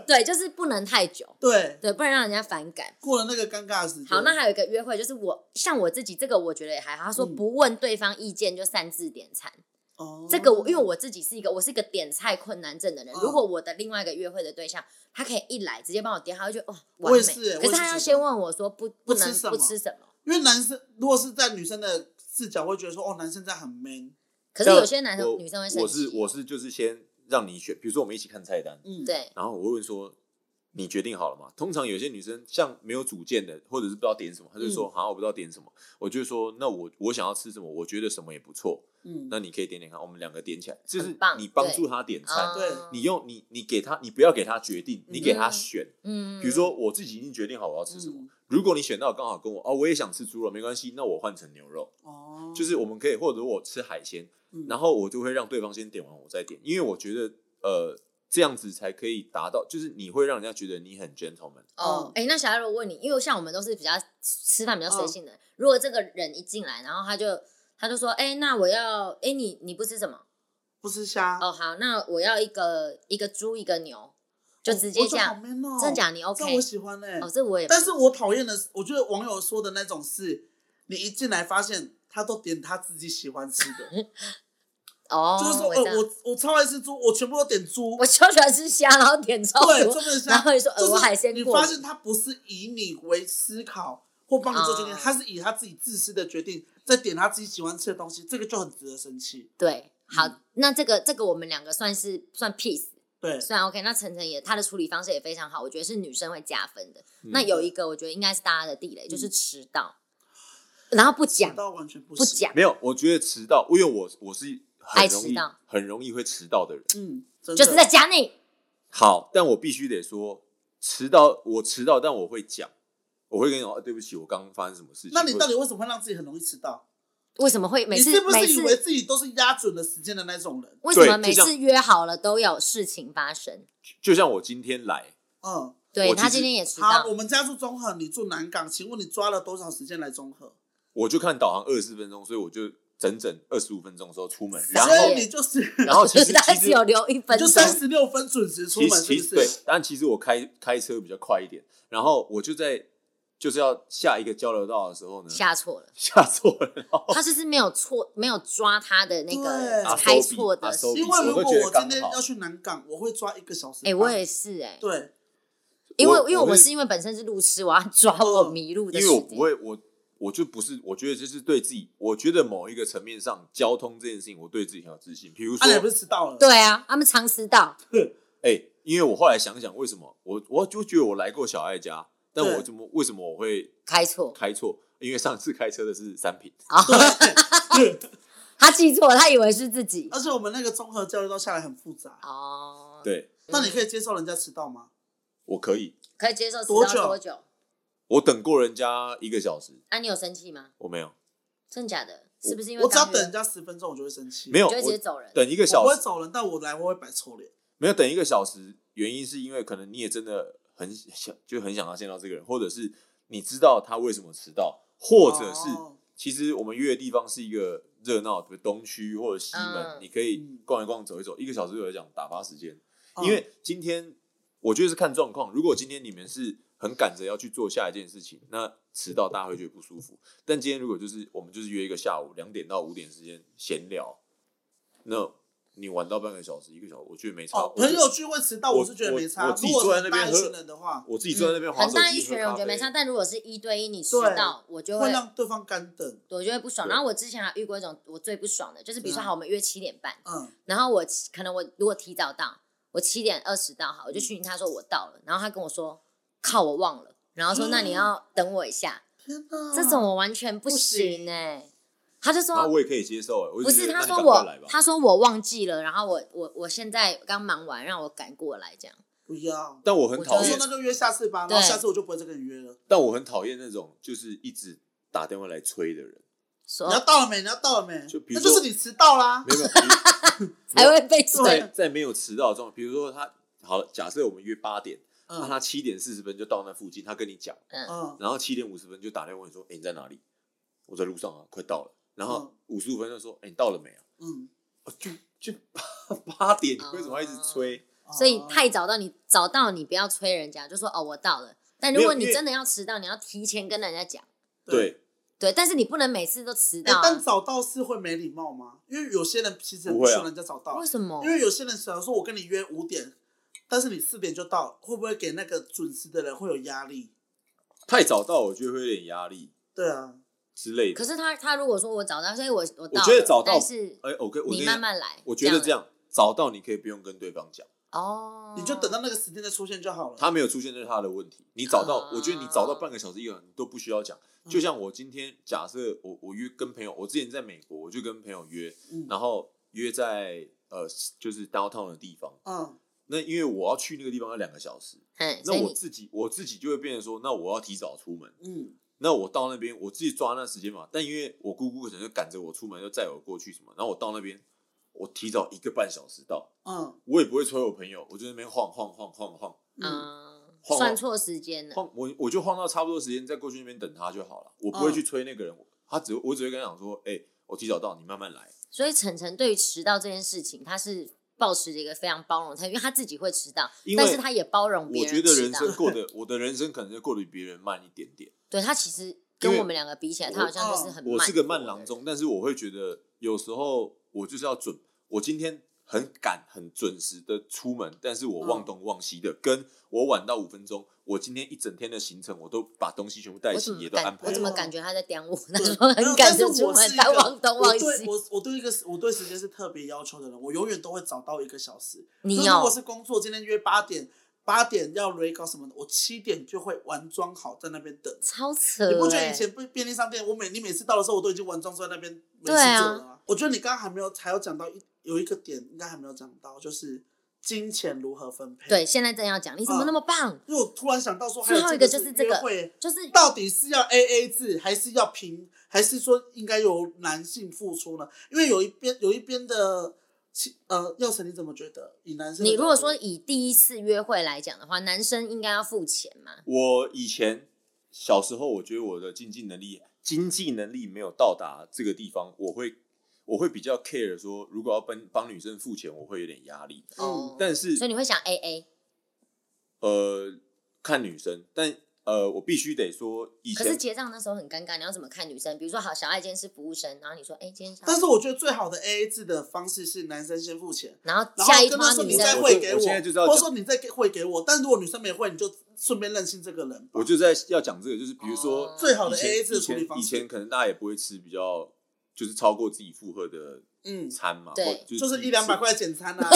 B: 对，就是不能太久，
D: 对，
B: 对，不能让人家反感。
D: 过了那个尴尬的时间。
B: 好，那还有一个约会，就是我像我自己这个，我觉得也还好。他说
D: 嗯
B: 不问对方意见就擅自点餐，
D: 哦
B: 这个我因为我自己是一个我是一个点菜困难症的人。
D: 嗯
B: 如果我的另外一个约会的对象，他可以一来直接帮我点，他会觉得哇哦
D: 我
B: 完美。
D: 也是欸
B: 可是
D: 我也是
B: 他
D: 觉
B: 要
D: 得
B: 先问我说不不
D: 吃
B: 能
D: 什
B: 不
D: 么
B: 吃什么。
D: 因为男生如果是在女生的视角，会觉得说哦，男生这样很 man，
B: 可是有些男生
C: 我
B: 女生会生
C: 我
B: 气
C: 是，我是就是先让你选，比如说我们一起看菜单，
D: 嗯，，
B: 对
C: 然后我会问说你决定好了吗？通常有些女生像没有主见的，或者是不知道点什么，她就
B: 嗯
C: 说好、像我不知道点什么，我就说那我我想要吃什么，我觉得什么也不错，
D: 嗯，
C: 那你可以点点看，我们两个点起来，就是
B: 很棒
C: 你帮
B: 对
C: 助她点餐，
D: 对
B: 嗯
C: 你用你你给她，你不要给她决定，你给她
B: 嗯
C: 选。
B: 嗯，
C: 比如说我自己已经决定好我要吃什么，
D: 嗯
C: 如果你选到刚好跟我哦，我也想吃猪肉，没关系，那我换成牛肉，
D: 哦，
C: 就是我们可以或者我吃海鲜，
D: 嗯
C: 然后我就会让对方先点完我再点，因为我觉得呃这样子才可以达到，就是你会让人家觉得你很 gentleman，
B: 哦
D: 嗯，
B: 哎、那小艾，我问你，因为像我们都是比较吃饭比较随性的人，如果这个人一进来，然后他就他就说，哎、那我要，哎、你你不吃什么？
D: 不吃虾，
B: 哦，好，那我要一个一个猪一个牛，就
D: 哦
B: 直接这
D: 这
B: 样，真假你 OK？
D: 哦这我喜欢哎、
B: 哦，这我也，
D: 但是我讨厌的是，我觉得网友说的那种是，你一进来发现他都点他自己喜欢吃的，
B: 哦，
D: 就是说，
B: 我知道
D: 呃，我我超爱吃猪，我全部都点猪
B: 我，超喜欢吃虾，然后 点超
D: 对，
B: 多，
D: 专门
B: 然
D: 虾，
B: 后你说，呃，
D: 就
B: 我
D: 是
B: 海鲜
D: 你
B: 过
D: 发
B: 敏
D: 现他不是以你为思考或帮你做决定，
B: 哦
D: 他是以他自己自私的决定在点他自己喜欢吃的东西，这个就很值得生气。
B: 对，好，
D: 嗯
B: 那这个这个我们两个算是算 peace。
D: 对，
B: 虽然 OK，那晨晨也她的处理方式也非常好，我觉得是女生会加分的。
C: 嗯
B: 那有一个我觉得应该是大家的地雷，就是迟到，然后不讲
D: 到完全不
B: 不
D: 行。
B: 讲，
C: 没有，我觉得迟到，因为我我是很
B: 爱
C: 容
B: 迟
C: 易
B: 到
C: 很容易会迟到的人，
D: 嗯，真的
B: 就是在讲你
C: 好，但我必须得说迟到，我迟到，但我会讲，我会跟你讲、哦对不起，我刚刚发生什么事情，
D: 那
C: 或
D: 你
C: 者
D: 到底为什么会让自己很容易迟到？
B: 为什么会每
D: 你
B: 次
D: 是不
B: 每
D: 是以为
B: 次
D: 自己都是压准了时间的那种人？
B: 为什么
C: 对
B: 每
C: 就像
B: 次约好了都有事情发生？
C: 就像我今天来，
D: 嗯，
B: 对
C: 我其
B: 他
C: 实
B: 今天也迟
D: 好，
B: 到
D: 我，们家住中和，你住南港，请问你抓了多少时间来中和？
C: 我就看导航二十四分钟，所以我就整整二十五分钟的时候出门，
B: 傻
C: 然
B: 眼
C: 后
D: 所以你就是，
C: 然后其 实
B: 他
C: 其
B: 只
C: 实
B: 有留一分
D: 你就
B: 钟，
D: 三
C: 嗯
D: 十六分准时出
C: 其
D: 门，
C: 实
D: 是
C: 其
D: 不
C: 实对
D: 是？，
C: 但其实我开开车比较快一点，然后我就在就是要下一个交流道的时候呢，
B: 下错了，
C: 下错了，然后
B: 他就是没有错，没有抓他的那
D: 对
B: 个
D: 阿
B: 开错的
C: 阿。收比
D: 因为如
C: 我
D: 果
C: 都觉得
D: 我
C: 刚
D: 今天
C: 好
D: 要去南港，我会抓一个小时半。
B: 哎，我也是哎，
D: 对，
B: 因为
C: 我
B: 因为
C: 我
B: 我
C: 会嗯
B: 是因为本身是路痴，我要抓我迷路的
C: 因
B: 时
C: 为我
B: 间，
C: 不会，我我就不是，我觉得就是对自己，我觉得某一个层面上，交通这件事情，我对自己很有自信。比如说
D: 啊，，你不是迟到了？
B: 对啊，他们常迟到。
C: 哎、因为我后来想想，为什么我我就觉得我来过小爱家，但
D: 对
C: 我怎么为什么我会
B: 开错，
C: 开错？因为上次开车的是 三品，
B: 他记错了，他以为是自己。
D: 而且我们那个综合交流道下来很复杂，
B: 哦，，
C: 对
D: 那你可以接受人家迟到吗？
C: 我可以，
B: 可以接受迟
D: 多
B: 到
D: 久
B: 多久？
C: 我等过人家一个小时，
B: 啊，你有生气吗？
C: 我没有，
B: 真假的？
C: 我
B: 是不是因为
D: 我只要
B: 刚
D: 等
B: 约
D: 人家十分钟，我就会生气。
C: 没有，
B: 你就会直接
C: 我
B: 走人？
C: 等一个
D: 我
C: 小
D: 不会
C: 时，
D: 走人，但我来我会摆臭脸。
C: 没有等一个小时，原因是因为可能你也真的很想，就很想要见到这个人，或者是你知道他为什么迟到，或者是、
D: 哦
C: 其实我们约的地方是一个热闹，比如东区或者西门，
B: 嗯
C: 你可以
D: 嗯
C: 逛一逛、走一走，一个小时对我来讲打发时间。
D: 哦
C: 因为今天我觉得是看状况，如果今天你们是很赶着要去做下一件事情，那迟到大家会觉得不舒服。但今天如果就是我们就是约一个下午两点到五点之间闲聊，那你晚到半个小时、一个小时，我觉得没差。
D: 哦，
C: 我觉
D: 朋
C: 得
D: 友聚会迟到，
C: 我
D: 我是觉得没差。
C: 我我自己
D: 如果
C: 坐在那边喝
D: 是大一群人的话，
C: 我自己坐在那边
B: 嗯
C: 划手
B: 很
C: 机、
B: 大一群人，
C: 喝
B: 我觉得
C: 咖啡
B: 没差。但如果是一对一，你迟
D: 对
B: 到，我就
D: 会
B: 会
D: 让对方干等。
B: 我就会不爽。
C: 对
B: 然后我之前还遇过一种我最不爽的，就是比如说
D: 怎样
B: 好，我们约七点半，
D: 嗯，
B: 然后我七可能我如果提早到，我七点二十到好，我就讯他说我到了，然后他跟我说靠我忘了，然后说那你要等我一下，
D: 天哪，
B: 这种我完全不
D: 不
B: 行
D: 行
B: 哎。他就说
C: 然后我也可以接受、欸，我就
B: 不
C: 觉
B: 是，
C: 得
B: 他
C: 那你
B: 说
C: 赶快
B: 我
C: 来吧，
B: 他说我忘记了，然后我我我现在刚忙完，让我赶过来这样。
D: 不要。
C: 但我很
B: 我
C: 讨
D: 我
B: 觉
D: 说
C: 厌
B: 得
D: 那就约下次吧，然后
B: 对
D: 下次我就不会再跟你约了。
C: 但我很讨厌那种就是一直打电话来催的人，
B: 说
D: 你要到了没？你要到了没？
C: 就比如
D: 那
C: 说
D: 就是你迟到 啦。
C: 没有，没有
B: 才会被追
D: 对，
C: 在在没有迟到的状况，比如说他好了，假设我们约八点，那
D: 嗯
C: 他七点四十分就到那附近，他跟你讲，
B: 嗯，
D: 嗯，
C: 然后七点五十分就打电话问你说，
B: 嗯
C: 哎、你在哪里？我在路上啊，快到了。然后五十五分就说，哎、你到了没啊？
D: 嗯，
C: 哦就就八八点，你为什么要
B: 啊
C: 一直催？
B: 所以
D: 哦
B: 太早到你早到你不要催人家，就说哦我到了。但如
C: 没有
B: 果你
C: 因为
B: 真的要迟到，你要提前跟人家讲，
C: 对，
B: 对，但是你不能每次都迟
D: 哎
B: 到、
D: 但
B: 啊。
D: 早到是会没礼貌吗？因为有些人其实很
C: 不
D: 不
C: 会啊
D: 喜欢人家早到
B: 为，什么
D: 因？为有些人想说我跟你约五点，但是你四点就到，会不会给那个准时的人会有压力？
C: 太早到我觉得会有点压力
D: 对啊，
C: 之类
B: 可
C: 的。
B: 是他他如果说我早到，所以我我到了，
C: 我觉得早到
B: 但是
C: 哎，我跟我跟
B: 你
C: 你
B: 慢
C: 讲，
B: 慢来，
C: 我觉得这
B: 这样
C: 样早到你可以不用跟对方讲，
B: 哦，
D: 你就等到那个时间再出现就好了。
C: 他没有出现就是他的问题。你早到
B: 啊，
C: 我觉得你早到半个小时一个小时你都不需要讲。
D: 嗯
C: 就像我今天假设我我约跟朋友，我之前在美国我就跟朋友约，
D: 嗯
C: 然后约在呃就是 downtown 的地方。
D: 嗯，
C: 那因为我要去那个地方要两个小时，
B: 嗯，所
C: 那
B: 以
C: 我
B: 你
C: 自己我自己就会变成说，那我要提早出门。
D: 嗯
C: 那我到那边，我自己抓那时间嘛。但因为我姑姑可能就赶着我出门，就载我过去什么。然后我到那边，我提早一个半小时到，
D: 嗯
C: 我也不会催我朋友，我就在那边晃晃晃晃晃
D: 嗯
B: 嗯
C: 晃
B: 算错时间了，
C: 晃，我我就晃到差不多时间再过去那边等他就好了。我
B: 嗯
C: 不会去催那个人，他只我只会跟他讲说，哎、我提早到，你慢慢来。
B: 所以晨晨对于迟到这件事情，他是保持着一个非常包容态，因为他自己会迟到
C: 因，为
B: 但是他也包容别
C: 我觉
B: 人
C: 得
B: 迟
C: 人
B: 到。
C: 生过得，我的人生可能就过得比别人慢一点点。
B: 对他其实
C: 因
B: 跟
C: 为
B: 我们两个比起来，他好像就是很慢
C: 我是
B: 活
C: 个
B: 的
C: 慢郎中，但是我会觉得有时候我就是要准，我今天很赶、很准时的出门，但是我
B: 嗯
C: 忘东忘西的，跟我晚到五分钟，我今天一整天的行程我都把东西全部带
B: 我怎
C: 齐，
B: 么
C: 也都安
B: 感
C: 排
B: 我怎
C: 了。
B: 么感觉他在刁我？他
D: 对
B: 说
D: 没
B: 很
D: 有
B: 赶
D: 但是
B: 着
D: 我
B: 出门
D: 是，一
B: 他
D: 个
B: 忘东
D: 我
B: 忘
D: 对
B: 西。
D: 我我对一个我对时间是特别要求的人，我永远都会早到一个小时。
B: 你
D: 就是如
B: 哦
D: 果是工作，今天约八点，八点要 re 搞什么的，我七点就会完妆好在那边等。
B: 超扯、欸！
D: 你不觉得以前不便利商店，我每你每次到的时候，我都已经完妆坐在那边没事做
B: 对啊
D: 了、我觉得你刚刚还没有，还有讲到一有一个点，应该还没有讲到，就是金钱如何分配。
B: 对，，现在正要讲，你怎么
C: 嗯
B: 那么棒？
D: 因为我突然想到说，还
B: 最后
D: 有
B: 一个
D: 就
B: 就是这个
D: 约会
B: 就是
D: 到底是要 A A 制，还是要平，还是说应该由男性付出呢？因为有一边有一边的其，呃，药神你怎么觉得？以男生的
B: 你如果
D: 角度
B: 说以第一次约会来讲的话，男生应该要付钱嘛？
C: 我以前小时候，我觉得我的经济能力、经济能力没有到达这个地方，我会我会比较 care 说，如果要帮帮女生付钱，我会有点压力。
D: 嗯
B: 哦，
C: 但是
B: 所以你会想 A A，
C: 呃，看女生，但呃，我必须得说，以
B: 可是
C: 前
B: 结账那时候很尴尬，你要怎么看女生？比如说，好，小爱今天是服务生，然后你说，哎、今天小爱
D: 但是我觉得最好的 A A 制的方式是男生先付钱。
B: 然后
D: 然
B: 下
D: 后
B: 一
D: 跟他
B: 趴
D: 说
B: 女
D: 你
B: 生
D: 再
C: 我
D: 汇
C: 就
D: 给
C: 我现在就是要
D: 或者
C: 讲
D: 说你再给汇给我。但如果女生没汇，你就顺便认清这个人吧。
C: 我就在要讲这个，就是比如说
B: 哦
D: 最好的
C: 以前
D: AA 制的处理
C: 以前
D: 方
C: 以
D: 式
C: 前可能大家也不会吃比较就是超过自己负荷的
D: 嗯，
C: 餐嘛，
B: 对
C: 或就是
D: 就是
C: 自己
D: 一两百
C: 吃，
D: 块简餐 啊，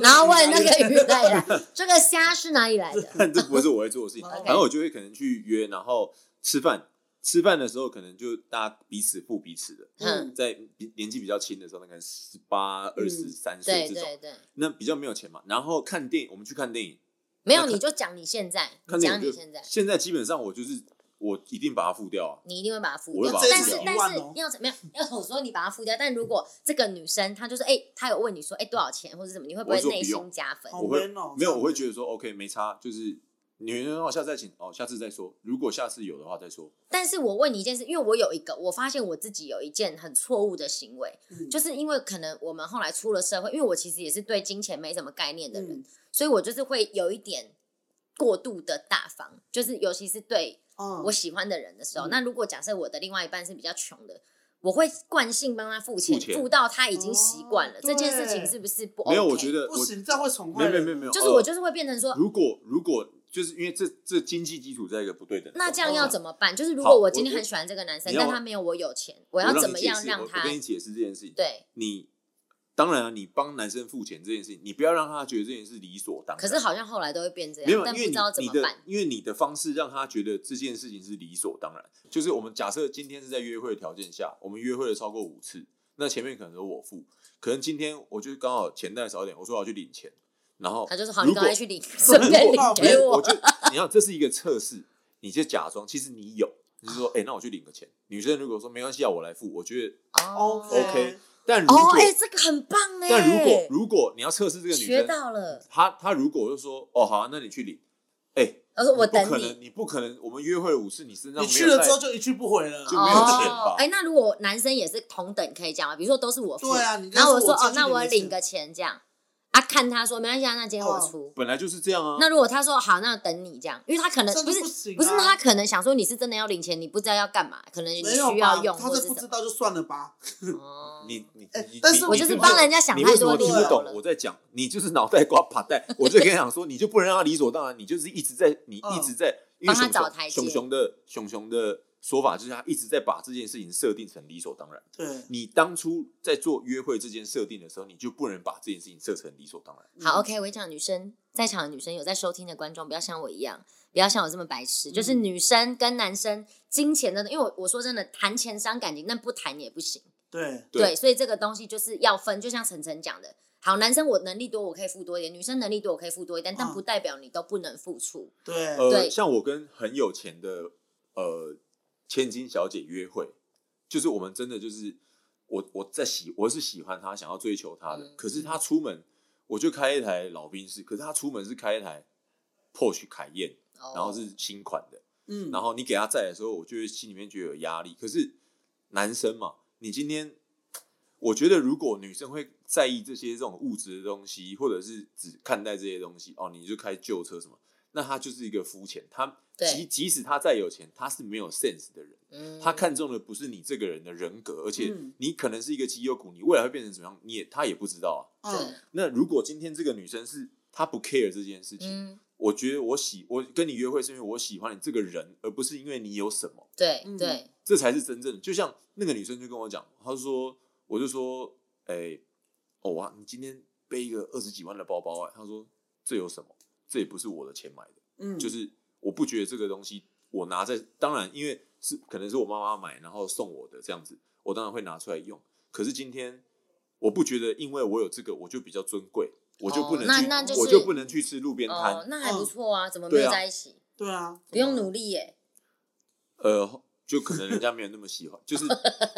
B: 然后问那
D: 你
B: 个鱼哪里来，这个虾是哪里来 的？
C: 但这不是我会做 的事情。
B: 哦
D: OK
C: 然后我就会可能去约，然后吃饭。吃饭的时候，可能就大家彼此付彼此的，
B: 嗯，
C: 在比年纪比较轻的时候，那个十八、二十三
B: 对
C: 岁这
B: 对
C: 种，
B: 对，
C: 那比较没有钱嘛。然后看电影，我们去看电影，
B: 没有
C: 那看
B: 你就讲你现在，
C: 看
B: 你
C: 电
B: 讲
C: 影就
B: 你现在，
C: 现在基本上我就是我一定把它付掉啊，
B: 你一定会把它付
C: 我会
B: 掉
C: 把。它
B: 但
C: 付
B: 是
C: 掉
B: 但
D: 一万
B: 是
D: 哦
B: 要怎么样？要 我说你把它付掉，但如果这个女生她就是哎、她有问你说哎、多少钱或者怎么，你会不
C: 我
B: 会
C: 说不
B: 内
C: 用
B: 心加分？
D: 好
C: 我会
D: man 哦
C: 没有，
D: 这样
C: 我会觉得说 OK 没差，就是女生哦，下次再请哦，下次再说。如果下次有的话再说。
B: 但是我问你一件事，因为我有一个，我发现我自己有一件很错误的行为，
D: 嗯
B: 就是因为可能我们后来出了社会，因为我其实也是对金钱没什么概念的人，
D: 嗯
B: 所以我就是会有一点过度的大方，就是尤其是对
C: 哦
D: 嗯
B: 我喜欢的人的时候。
D: 嗯
B: 那如果假设我的另外一半是比较穷的，我会惯性帮他付钱，
C: 付钱
B: 到他已经习惯了、
D: 哦
B: 这件事情，
D: 对
B: 是不是不、OK？
C: 没有，我觉得
D: 不
C: 我
D: 行，这样会宠
C: 没
D: 坏
C: 有没有
D: 人。
C: 没有没有，
B: 就是我
C: 呃
B: 就是会变成说，
C: 如果如果就是因为这这经济基础在一个不对等的状
B: 那
C: 况
B: 这
C: 下，
B: 样要怎么办？就是如
C: 好
B: 果我
C: 我
B: 今天
C: 我
B: 很喜欢这个男生，
C: 你要
B: 但
C: 我
B: 他没有我有钱，我
C: 我
B: 要
C: 让
B: 怎
C: 你
B: 么
C: 解
B: 样
C: 释
B: 让
C: 我
B: 他
C: 我跟你解释这件事情，
B: 对？
C: 你当然啊，你帮男生付钱这件事情，你不要让他觉得这件事理所当然。
B: 可是好像后来都会变这
C: 没
B: 样，
C: 有，
B: 啊但不
C: 因为
B: 知道怎
C: 你你
B: 么
C: 的
B: 办。
C: 因为你的方式让他觉得这件事情是理所当然。就是我们假设今天是在约会的条件下，我们约会了超过五次，那前面可能是我付，可能今天我就刚好钱带少一点，我说我要去领钱，然后
B: 他就说好，你
C: 如果
B: 赶快去领，顺便领给
C: 没有
B: 我
C: 我。就你看这是一个测试，你就假装其实你有，你就
B: 啊
C: 说哎、那我去领个钱。女生如果说没关系啊，我来付，我觉得，OK 但如
B: 哦
C: 果、，
B: 哎，这个很棒哎。
C: 但如果如果你要测试这个女
B: 学
C: 生，
B: 到了，
C: 她她如果就说哦好啊、那你去领，哎、
B: 他说我等
C: 不可能，你不可能，我们约会了五次，你身上
D: 你
C: 没有
D: 去了
C: 带
D: 之后就一去不回了。
C: 就没有钱吧
B: 哦，哎、那如果男生也是同等可以这样吗？比如说都是我付，
D: 对啊，你跟
B: 然
D: 他
B: 后
D: 说
B: 我说
D: 借
B: 哦，
D: 去
B: 那
D: 你
B: 我
D: 的
B: 领
D: 钱
B: 个钱这样。啊，看他说没关系，啊，那今天我出。
C: 本来就是这样啊。
B: 那如果他说好，那等你这样，因为他可能
D: 这样
B: 不
D: 就是不行啊
B: 不是他可能想说你是真的要领钱，你不知道要干嘛，可能你
D: 没有
B: 需
D: 吧
B: 要？用
D: 他
B: 或
D: 这
B: 者是
D: 不
B: 什
D: 知道就算了吧。
B: 么。哦
C: 你你
D: 哎
C: 你，
D: 但
C: 你
D: 是
B: 我就是
C: 你
B: 帮人家想
C: 你
B: 太
C: 为什
B: 多
C: 么
B: 理
C: 听
B: 由
C: 不懂
B: 了
C: 我在讲？你就是脑袋瓜爬带，我就跟你讲说，你就不能让他理所当然，你就是一直在你
D: 嗯
C: 一直在，因
B: 帮
C: 为
B: 他
C: 熊
B: 找
C: 熊
B: 台阶
C: 熊熊的熊熊的说法就是他一直在把这件事情设定成理所当然。
D: 对，
C: 你当初在做约会这件设定的时候，你就不能把这件事情设成理所当然。
D: 嗯
B: 好，OK，我跟你讲，女生在场的女生有在收听的观众，不要像我一样，不要像我这么白痴。就是
C: 嗯
B: 女生跟男生金钱的，因为我我说真的，谈钱伤感情，但不谈也不行。
D: 对，
C: 对
B: 对，所以这个东西就是要分，就像晨晨讲的，好，男生我能力多，我可以付多一点；女生能力多，我可以付多一点，但
C: 哦
D: 嗯
B: 不代表你都不能付出。
D: 对，
C: 呃，
B: 对
C: 像我跟很有钱的呃千金小姐约会，就是我们真的就是我我在喜我是喜欢她，想要追求她的，
B: 嗯
C: 可是她出门我就开一台老宾士，可是她出门是开一台 Porsche 凯宴，
B: 哦
C: 然后是新款的，
D: 嗯，
C: 然后你给她载的时候，我就会心里面觉得有压力。可是男生嘛，你今天。我觉得，如果女生会在意这些这种物质的东西，或者是只看待这些东西，哦，你就开旧车什么，那他就是一个肤浅。他
B: 对
C: 即即使他再有钱，他是没有 sense 的人。
B: 嗯
C: 他看中的不是你这个人的人格，而且
D: 嗯
C: 你可能是一个绩优股，你未来会变成怎么样，你也他也不知道啊。
B: 对
D: 嗯，，
C: 那如果今天这个女生是她不 care 这件事情，
B: 嗯，
C: 我觉得我喜我跟你约会是因为我喜欢你这个人，而不是因为你有什么。
B: 对
D: 嗯
B: 对，
C: 这才是真正的。就像那个女生就跟我讲，她说，我就说，哎、哦哇，你今天背一个二十几万的包包啊、她说这有什么？这也不是我的钱买的，
D: 嗯，
C: 就是我不觉得这个东西我拿在，当然因为是可能是我妈妈买然后送我的这样子，我当然会拿出来用。可是今天我不觉得，因为我有这个我就比较尊贵，我就不能
B: 哦那
C: 去，
B: 那就是
C: 我就不能去吃路边摊。
B: 哦，那还不
D: 嗯
B: 错啊，怎么没
C: 对
B: 有
C: 啊
B: 在一起？
D: 对啊，
B: 不用努力耶，
C: 呃，就可能人家没有那么喜欢，就是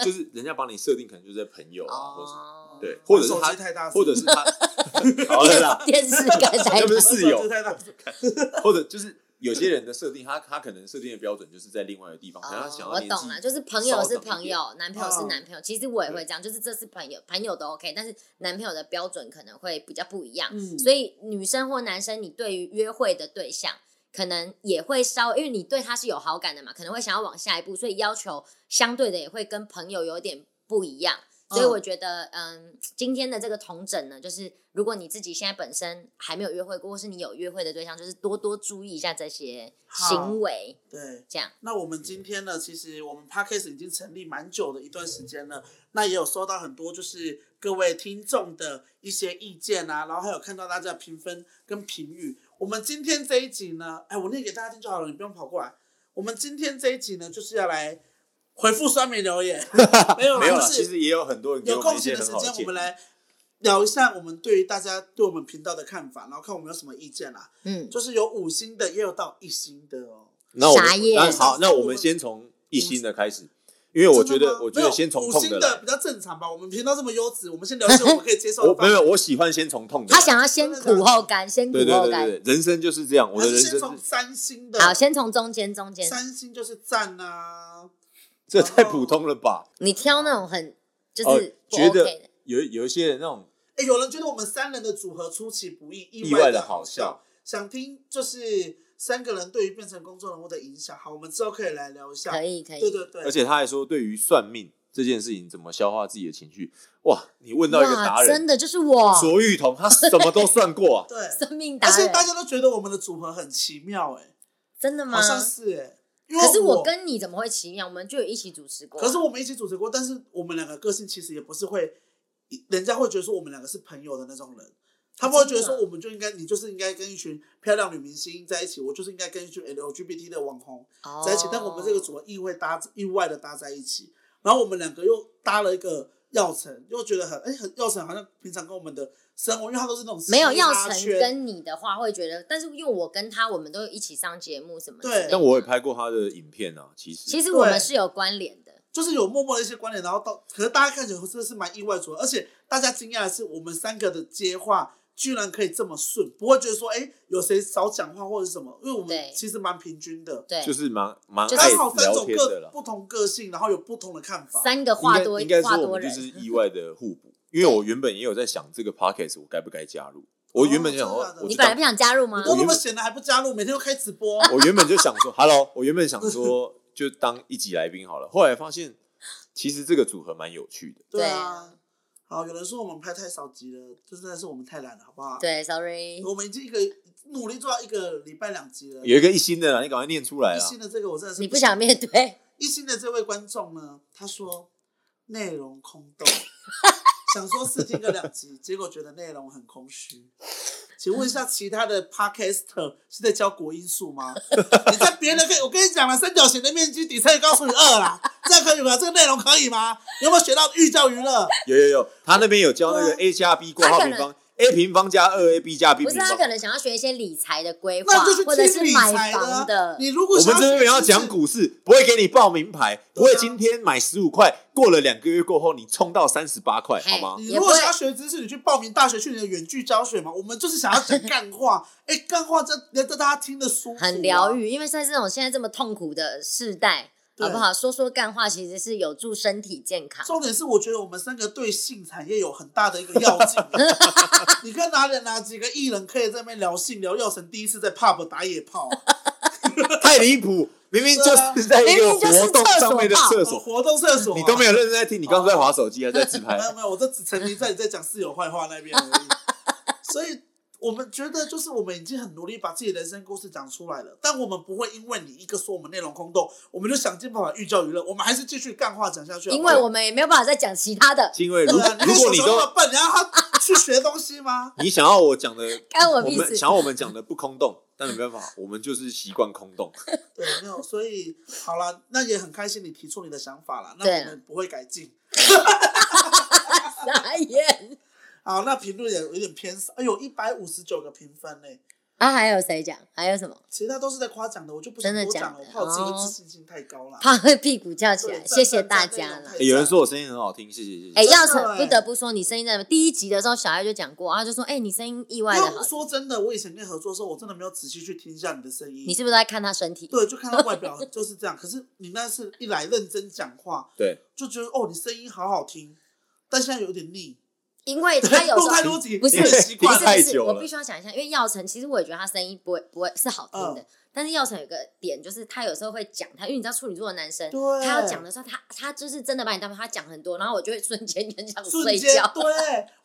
C: 就是人家把你设定可能就在朋友啊，或者
B: 哦，
C: 对，或者是
D: 手
C: 他
D: 机，太大声，
C: 或者是他， 好了啦，
B: 电视感才
C: 要不是
D: 手机
C: 室友，
D: 太大声，哎
C: 或者就是有些人的设定，他他可能设定的标准就是在另外的地方，可能他想
B: 哦
C: 要
B: 我
C: 年纪
B: 懂了，就是朋友
C: 稍
B: 是
C: 长一嗯
B: 朋友，男朋友是
D: 哦
B: 男朋友。其实我也会
C: 对
B: 这样，就是这是朋友，朋友都 OK，但是男朋友的标准可能会比较不一样。
D: 嗯
B: 所以女生或男生，你对于约会的对象，可能也会稍，因为你对他是有好感的嘛，可能会想要往下一步，所以要求相对的也会跟朋友有点不一样。所以
D: 嗯
B: 我觉得，嗯，今天的这个同诊呢，就是如果你自己现在本身还没有约会过，或是你有约会的对象，就是多多注意一下这些
D: 好
B: 行为，
D: 对。
B: 这样。
D: 那我们今天呢，其实我们 podcast 已经成立蛮久的一段时间了，那也有收到很多就是各位听众的一些意见啊，然后还有看到大家的评分跟评语。我们今天这一集呢，哎，我念给大家听就好了，你不用跑过来。我们今天这一集呢，就是要来回复酸民 留言，没有啦，
C: 没有
D: 就
C: 了。
D: 是
C: 其实也有很多人给
D: 有
C: 我们
D: 空
C: 一
D: 闲
C: 些很
D: 的时
C: 好的
D: 间，
C: 建
D: 我
C: 议
D: 们。来聊一下我们对于大家对我们频道的看法，然后看我们有什么意见啦、
B: 嗯，
D: 就是有五星的，也有到一星的哦。
C: 那我
B: 傻眼
C: 们那好，那我们先从一星的开始，因为我觉
D: 真的吗
C: 得，我觉得
D: 没有
C: 先从
D: 五
C: 痛
D: 星的
C: 来
D: 比。较正常吧。我们频道这么优质，我们先聊一些我们可以接受
C: 我
D: 的。
C: 没有，，我喜欢先从痛的来。
B: 他想要先苦后甘，先苦
C: 对对
B: 后
C: 对
B: 甘。
C: 对对，人生就是这样，我
D: 还
C: 的
D: 哦是
C: 人
D: 先
C: 生
D: 从
C: 是
D: 三星的。
B: 好，先从中间中间，
D: 三星就是赞啊，
C: 这太普通了吧？
B: 你挑那种很就
C: 哦
B: 是，不
C: 觉
B: OK
C: 得
B: 的，
C: 有有一些人那种
D: 哎，有人觉得我们三人的组合出其不意，意
C: 意外
D: 的
C: 的
D: 好
C: 好
D: 笑
C: 笑。
D: 想听就是三个人对于变成公众人物的影响。好，我们之后可以来聊一下。
B: 可以可以，
D: 对对对，。
C: 而且他还说，对于算命这件事情，怎么消化自己的情绪？哇，你问到一个达
B: 哇，真
C: 人
B: 的哦就是我
C: 卓玉彤，他什么都算过啊
D: 对，
B: 生命达
D: 而且
B: 人，
D: 大家都觉得我们的组合很奇妙、欸，
B: 真的
D: 哎，
B: 吗
D: 好？像是哎、因为
B: 可是
D: 我
B: 我跟你怎么会奇妙？我们就有一起主持过，
D: 可是我们一起主持过，但是我们两个个性其实也不是会，人家会觉得说我们两个是朋友的那种人，他们会觉得说
B: 哦真的啊
D: 我们就应该，你就是应该跟一群漂亮女明星在一起，我就是应该跟一群 LGBT 的网红
B: 哦
D: 在一起，但我们这个组合意外搭意外的搭在一起，然后我们两个又搭了一个。药晨又觉得很哎、很药晨好像平常跟我们的生活，因为他都是那种
B: 没有
D: 嘻
B: 耀
D: 哈
B: 成
D: 圈
B: 跟你的话会觉得，但是因为我跟他，我们都一起上节目什么之
D: 对
B: 类的，
C: 但我也拍过他的影片啊，其实。
B: 其实我
D: 对
B: 们是有关联的，
D: 就是有默默的一些关联，然后到，可是大家看起来真的是蛮意外出来，而且大家惊讶的是，我们三个的接话居然可以这么顺，不会觉得说哎、有谁少讲话或者是什么，因为我们
B: 对
D: 其实蛮平均的，
B: 对，哎
C: 就是蛮蛮
B: 就是
C: 爱
D: 刚好三
C: 聊
D: 种
C: 天的
D: 个
C: 啦。
D: 不同个性，然后有不同的看法，
B: 三个
C: 应
B: 话
C: 该
B: 多
C: 应该
B: 话
C: 说
B: 多
C: 我们就
B: 人，
C: 是意外的互补，因为我原本也有在想这个 podcast 我该不该加入，我原本就想说
D: 哦真的假的
C: 我
B: 你
C: 就
B: 本来
C: 当
B: 不想加入吗？
D: 都那么闲了还不加入，每天都开直
B: 哦
D: 播，
C: 我原本就想说，Hello，我原本想说就当一级来宾好了。后来发现，其实这个组合蛮有趣的。
D: 对
B: 对
D: 啊
B: 啊。
D: 好，有人说我们拍太少集了，这真的是我们太懒了，好不好？，
B: 对，sorry，
D: 我们已经一个努力做到一个礼拜两集了。
C: 有一个一星的啦，你赶快念出来
D: 一
C: 啦！
D: 星的这个我真的是
B: 你不
D: 行
B: 想面对，
D: 一星的这位观众呢，他说内容空 洞，想说试听个两集，结果觉得内容很空虚。请问一下，其他的 podcaster 是在教国音 数吗？你在别人的可以，我跟你讲了，三角形的面积底乘以高除以二啦，这样可以吗？这个内容可以吗？你有没有学到寓教于乐？
C: 有有有，他那边有教那个
D: 对
C: a 加 b 括
B: 啊
C: 号
B: 他可能
C: 平方，a 平方加二 a b 加 b
B: 不
C: 平
B: 是他可
C: 方。
B: 能想要学一些理财的规划
D: 那就，
B: 或者
D: 去
B: 是
D: 听理
B: 买
D: 财
B: 房
D: 的啊
B: 的。。
D: 你如果
C: 我们
D: 想
C: 这边要
D: 学知识
C: 讲股市，不会给你报名牌，
B: 啊
C: 不会今天买十五块，过了两个月过后你冲到三十八块，好吗？
D: 你
B: 也
D: 如
B: 不
D: 果
B: 会
D: 想要学知识，你去报名大学去你的远距教学嘛。我们就是 想要讲干话，哎、干话这让大家听得舒服、啊
B: 很疗。愈，因啊为在这种现在这么痛苦的世代，
D: 对
B: 好不好？说说干话其实是有助身体健康。
D: 重点是，我觉得我们三个对性产业有很大的一个要 进。你看哪里哪几个艺人可以在那边聊性聊药神第一次在 pub 打野炮、啊
C: 太离谱！明明就是在
B: 啊
C: 一
B: 明
C: 个
B: 明就是
C: 活动上面的厕所，
D: 活动厕所、啊
C: 你都没有认真在听，你刚刚在划手机，啊
B: 啊
C: 还在自拍
D: 没。有没有，我这只沉迷在你在讲室友坏话那边而 已。所以我们觉得，就是我们已经很努力把自己的人生故事讲出来了，但我们不会因为你一个说我们内容空洞，我们就想尽办法寓教于乐，我们还是继续干话讲下去好
B: 因
D: 不好。
B: 为我们也没有办法再讲其他的，
C: 因为如
D: 对啊，
C: 如果你
D: 你看小时候那
C: 都
D: 么笨，然后他去学东西吗？
C: 你想要我讲的，
B: 干我
C: 我
B: 屁
C: 们
B: 事！
C: 想要我们讲的不空洞，但没办法，我们就是习惯空 洞。
D: 对，没有，所以好了，那也很开心你提出你的想法了，那
B: 对啊
D: 我们不会改进。
B: 傻眼。
D: 好，那评论也有点偏少，哎呦，一百五十九个评分呢、
B: 啊，还有谁讲？还有什么？
D: 其他都是在夸奖的，我就不想
B: 真的
D: 多
B: 假
D: 讲了，我
B: 的
D: 怕我自己会
B: 哦
D: 自信心太高了。
B: 怕会屁股翘起
D: 对
B: 来。谢谢大家了。
C: 欸有人说我声音很好听，谢谢谢
B: 哎，
C: 谢。
B: 耀
D: 真的
B: 成
D: 欸
B: 不得不说，你声音真的第一集的时候，小艾就讲过，他就说：“哎，你声音意外
D: 因
B: 的
D: 为我
B: 好，
D: 说真的，我以前跟你合作的时候，我真的没有仔细去听一下你的声音。
B: 你是不是都在看他身体
D: 对，就看他外表就是这样。可是你那次一来认真讲话，
C: 对，
D: 就觉得哦，你声音好好听，但现在有点腻。？”
B: 因为他 有时
D: 录
B: 候
D: 太多集
B: 不是
D: 你很习
B: 不
D: 惯
B: 是
C: 听太
B: 不
C: 久
B: 是，
C: 了
B: 我必须要讲一下，因为耀成其实我也觉得他声音不会不会是好听的，
D: 嗯
B: 但是耀成有个点就是他有时候会讲他，因为你知道处女座的男生，
D: 对
B: 他要讲的时候他他就是真的把你当朋友，他讲很多，然后我就会瞬间就很想
D: 瞬
B: 睡
D: 间
B: 觉，
D: 对，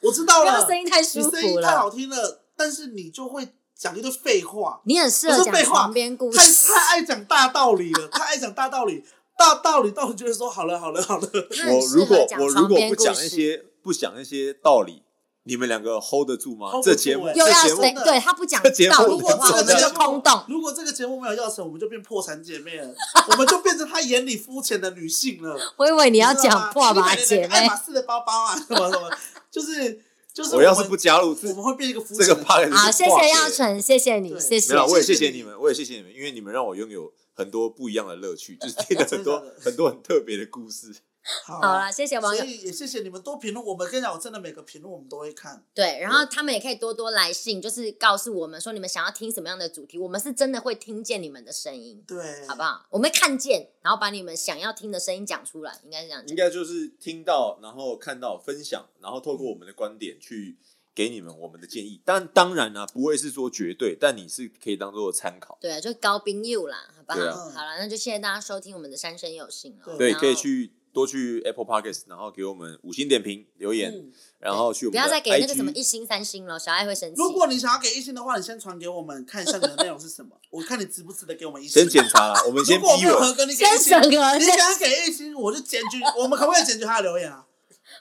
D: 我知道
B: 因为他
D: 了，
B: 声音太
D: 你
B: 舒
D: 声音
B: 服
D: 太好
B: 了，
D: 听了，但是你就会讲一堆废话，
B: 你很适
D: 不
B: 合
D: 是
B: 讲
D: 废话
B: 床边故
D: 太
B: 事，
D: 太爱讲大道理了，太爱讲大道理，大道理到我觉得说好了好了好了，
B: 他很
C: 我
B: 适
C: 如
B: 合
C: 果
B: 讲
C: 我如
B: 床
C: 果
B: 边
C: 不
B: 故
C: 讲一
B: 事。
C: 些不讲一些道理，你们两个 hold 得住吗
D: hold？不住
C: 这节目
D: 欸
B: 又
C: 这
B: 要
C: 节目
B: 谁
D: 真的
B: 对他不讲
C: 这节目
B: 道
C: 我
B: 理
D: 如 果
B: 的话，
D: 这
B: 我
D: 个
B: 们
D: 节
B: 就
D: 目
B: 空洞。
D: 如果这个节目没有药神，我们就变破产姐妹了，我们就变成他眼里肤浅的女性 了。
B: 我以为你
D: 你
B: 要讲破吧，姐
D: 爱
B: 妹
D: 马。仕的包包啊，什么什么，就是就是
C: 我
D: 们
C: 要是不加入这
D: 我们会变一个肤
C: 这
D: 浅
C: 个
D: 的。
C: podcast，
B: 好，谢谢耀
C: 耀
B: 成，谢谢你，
D: 对
B: 谢谢
C: 没。有，我也谢
D: 谢谢
C: 谢你们，我也谢谢你们，因为你们让我拥有很多不一样的乐趣，就是听了很多
D: 真的
C: 很多很特别的故事。
D: 好啊
B: 好啦，谢谢网友。
D: 所以也谢谢你们多评论。我们跟你讲，我真的每个评论我们都会看。
B: 对，然后他们也可以多多来信，就是告诉我们说你们想要听什么样的主题，我们是真的会听见你们的声音，
D: 对，
B: 好不好？我们会看见，然后把你们想要听的声音讲出来，应该是这样
C: 应
B: 讲。
C: 该就是听到，然后看到，分享，然后透过我们的观点去给你们我们的建议。但当然啊，不会是说绝对，但你是可以当做参考。
B: 对啊，就高冰佑啦，好不好？
C: 对啊
B: 好了，那就谢谢大家收听我们的三生有幸了。
C: 对，
B: 然后
C: 可以去多去 Apple Podcast，然后给我们五星点评、留言，
B: 嗯
C: 然后去我
B: 不
C: 们
B: 要
C: 的
B: 再
C: IG,
B: 给那个什么一星三星了，小爱会生气。
D: 如果你想要给一星的话，你先传给我们看一下你的内容是 什么，我看你值不值得给我们一星。
C: 先检查啦，我们
D: 如
C: 先
D: 果我没
C: 逼
D: 有合
C: 问，
D: 格，你给一
B: 先
D: 星
B: 审，核，
D: 你
B: 先
D: 想要给一星，我就检 举，我们可不可以检举他的留言啊？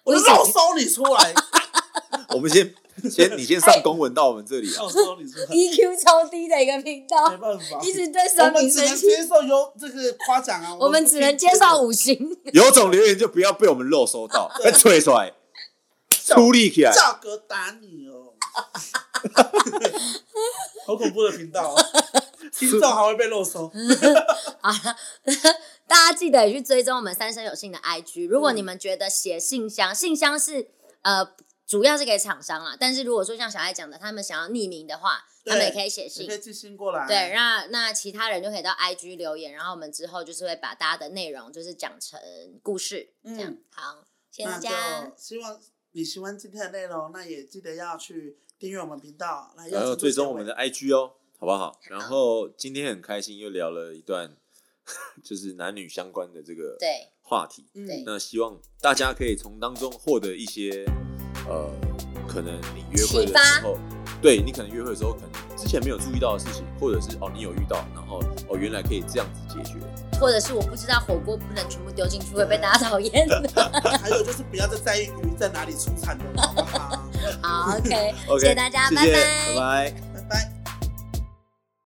D: 我就
B: 不行
D: 肉搜你出来，
C: 我们先先你先上公文到我们这里啊。
D: 肉搜你出来，
B: EQ ，E 超低的一个频
D: 没
B: 道，
D: 办法，
B: 一直对
D: 我
B: 神
D: 们
B: 明
D: 只
B: 生
D: 能
B: 气，
D: 接受有这个夸奖啊，
B: 我们
D: 不
B: 只能接受
D: 评
B: 五星。
C: 有种留言就不要被我们肉收到，
B: 啊
C: 要吹出 来，出力起来。
D: 价格打你哦。好恐怖的 频道、哦，听众还会被肉搜。
B: 好了，大家记得也去追踪我们三生有幸的 IG。如果你们觉得写信箱，信箱是呃。主要是给厂商啦。但是如果说像小爱讲的，他们想要匿名的话，他们也
D: 对
B: 可以写信
D: 你可。以寄信过来。
B: 对，那那其他人就可以到 IG 留言，然后我们之后就是会把大家的内容就是讲成故事，这样
D: 嗯
B: 好，谢谢
D: 那
B: 大家
D: 就。希望你喜欢今天的内容，那也记得要去订阅我们频道，来
C: 然后
D: 要
C: 追踪我们的 IG 哦，好不好？然后今天很开心又聊了一段 就是男女相关的这个
B: 对，
C: 话题，
D: 嗯
B: 对
C: 那希望大家可以从当中获得一些呃，可能你约
B: 启
C: 会的
B: 发
C: 时候，对你可能约会的时候，可能之前没有注意到的事情，或者是哦你有遇到，然后哦原来可以这样子解决，
B: 或者是我不知道火锅不能全部丢进去会被大家讨厌的。
D: 还有就是不要再在意鱼在哪里出产的，好不好？
B: 好，OK，
C: OK，
B: 谢谢大家，
C: 谢
B: 拜
C: 谢
B: 拜
C: 拜拜